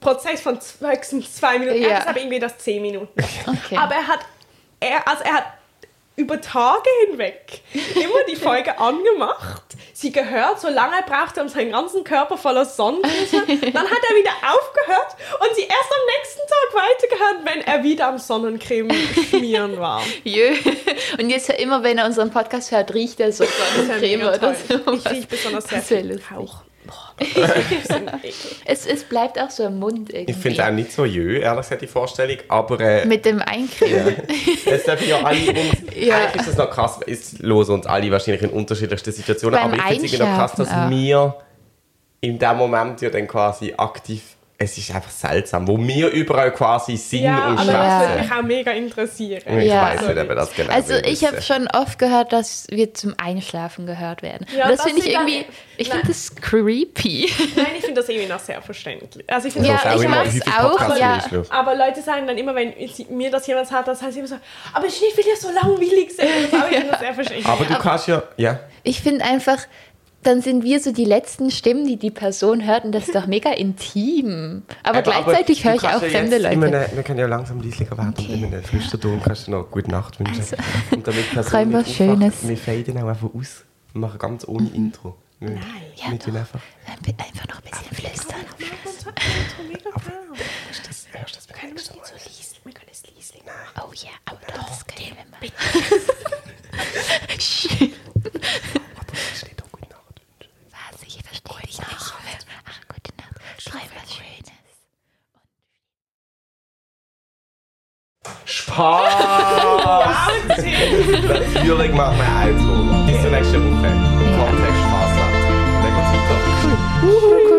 Speaker 3: Prozess von z- höchstens zwei Minuten.
Speaker 2: Ja.
Speaker 3: Er hat gesagt, bei ihm geht das zehn Minuten.
Speaker 2: Okay.
Speaker 3: Aber er hat, er, also er hat über Tage hinweg immer die Folge
Speaker 2: [LAUGHS]
Speaker 3: angemacht, sie gehört, solange er brauchte, um seinen ganzen Körper voller Sonnenbrille. zu machen. Dann hat er wieder aufgehört und sie erst am nächsten Tag weitergehört, wenn er wieder am Sonnencreme
Speaker 2: [LAUGHS]
Speaker 3: schmieren war.
Speaker 2: Jö. Und jetzt immer, wenn er unseren Podcast hört, riecht er so Sonnencreme
Speaker 3: mega
Speaker 2: oder
Speaker 3: toll.
Speaker 2: so.
Speaker 3: Ich rieche besonders sehr
Speaker 2: Das wär
Speaker 3: viel
Speaker 2: lustig.
Speaker 3: Hauch. Boah, das ist ein bisschen eklig.
Speaker 2: Es, es bleibt auch so im Mund irgendwie.
Speaker 1: Ich finde auch nicht so jö, ehrlich gesagt, die Vorstellung. Aber äh,
Speaker 2: Mit dem Eincremen.
Speaker 1: [LAUGHS] es dürfen ja alle uns.
Speaker 2: Ja.
Speaker 1: Eigentlich ist es noch krass, es hören uns alle wahrscheinlich in unterschiedlichsten Situationen.
Speaker 2: Beim
Speaker 1: aber ich finde es irgendwie noch krass, dass
Speaker 2: Einschlafen auch.
Speaker 1: wir in dem Moment ja dann quasi aktiv. Es ist einfach seltsam, wo wir überall quasi sind
Speaker 3: Ja,
Speaker 1: und
Speaker 3: aber
Speaker 2: Ja.
Speaker 3: das
Speaker 1: schwätzen.
Speaker 3: würde mich auch mega interessieren.
Speaker 1: Ich
Speaker 2: Ja.
Speaker 1: weiß nicht, ob er das genau
Speaker 2: Also
Speaker 1: will
Speaker 2: ich habe
Speaker 1: wissen.
Speaker 2: schon oft gehört, dass wir zum Einschlafen gehört werden.
Speaker 3: Ja,
Speaker 2: Und das
Speaker 3: das
Speaker 2: finde ich
Speaker 3: sind dann-
Speaker 2: irgendwie, ich
Speaker 3: Nein.
Speaker 2: finde das creepy. [LAUGHS]
Speaker 3: Nein, ich finde das irgendwie noch sehr verständlich. Also ich finde
Speaker 2: Ja,
Speaker 1: Das ist
Speaker 2: ich
Speaker 1: immer,
Speaker 2: mach's
Speaker 1: wie viel
Speaker 2: auch,
Speaker 1: Podcasts
Speaker 2: ja.
Speaker 1: wir einschlafen.
Speaker 3: Aber Leute sagen dann immer, wenn sie- mir das jemand sagt, das heißt immer so, aber ich
Speaker 2: [LAUGHS]
Speaker 3: will ja so langweilig sein. Aber ich finde das sehr verständlich.
Speaker 1: Aber du kannst ja, ja,
Speaker 2: Ich finde einfach, dann sind wir so die letzten Stimmen, die die Person hört und das ist doch mega intim. Aber,
Speaker 1: Aber-
Speaker 2: gleichzeitig
Speaker 1: aber
Speaker 2: höre
Speaker 1: du
Speaker 2: ich
Speaker 1: kannst
Speaker 2: auch
Speaker 1: ja
Speaker 2: fremde
Speaker 1: jetzt in
Speaker 2: Leute.
Speaker 1: einem- wir können ja langsam leislicher werden und
Speaker 2: Okay.
Speaker 1: in einem flüstern Ton kannst du noch gute Nacht wünschen.
Speaker 2: Also,
Speaker 1: und damit
Speaker 2: [LAUGHS]
Speaker 1: die Person
Speaker 2: träum
Speaker 1: nicht
Speaker 2: was
Speaker 1: aufwacht,
Speaker 2: Schönes. Mhm.
Speaker 1: Wir faden auch einfach aus. Wir machen ganz ohne Intro. Wir, Nein,
Speaker 2: Ja,
Speaker 1: wir tun
Speaker 2: doch.
Speaker 1: einfach.
Speaker 2: Äh, Einfach noch ein bisschen flüstern.
Speaker 1: Ist das erst das Bekannteste Mal?
Speaker 2: Oh ja, aber das können wir machen.
Speaker 1: Oder es steht auch gute Nacht wünschen.
Speaker 2: Was? Also, Ich verstehe dich nicht. Ach, gute Nacht. Träum was Schönes.
Speaker 1: Spaß! [LAUGHS] Natürlich machen wir ein Outro. Bis zur nächsten Woche. Kontext Spaß hat. Dann geht's weiter.
Speaker 2: Cool, cool.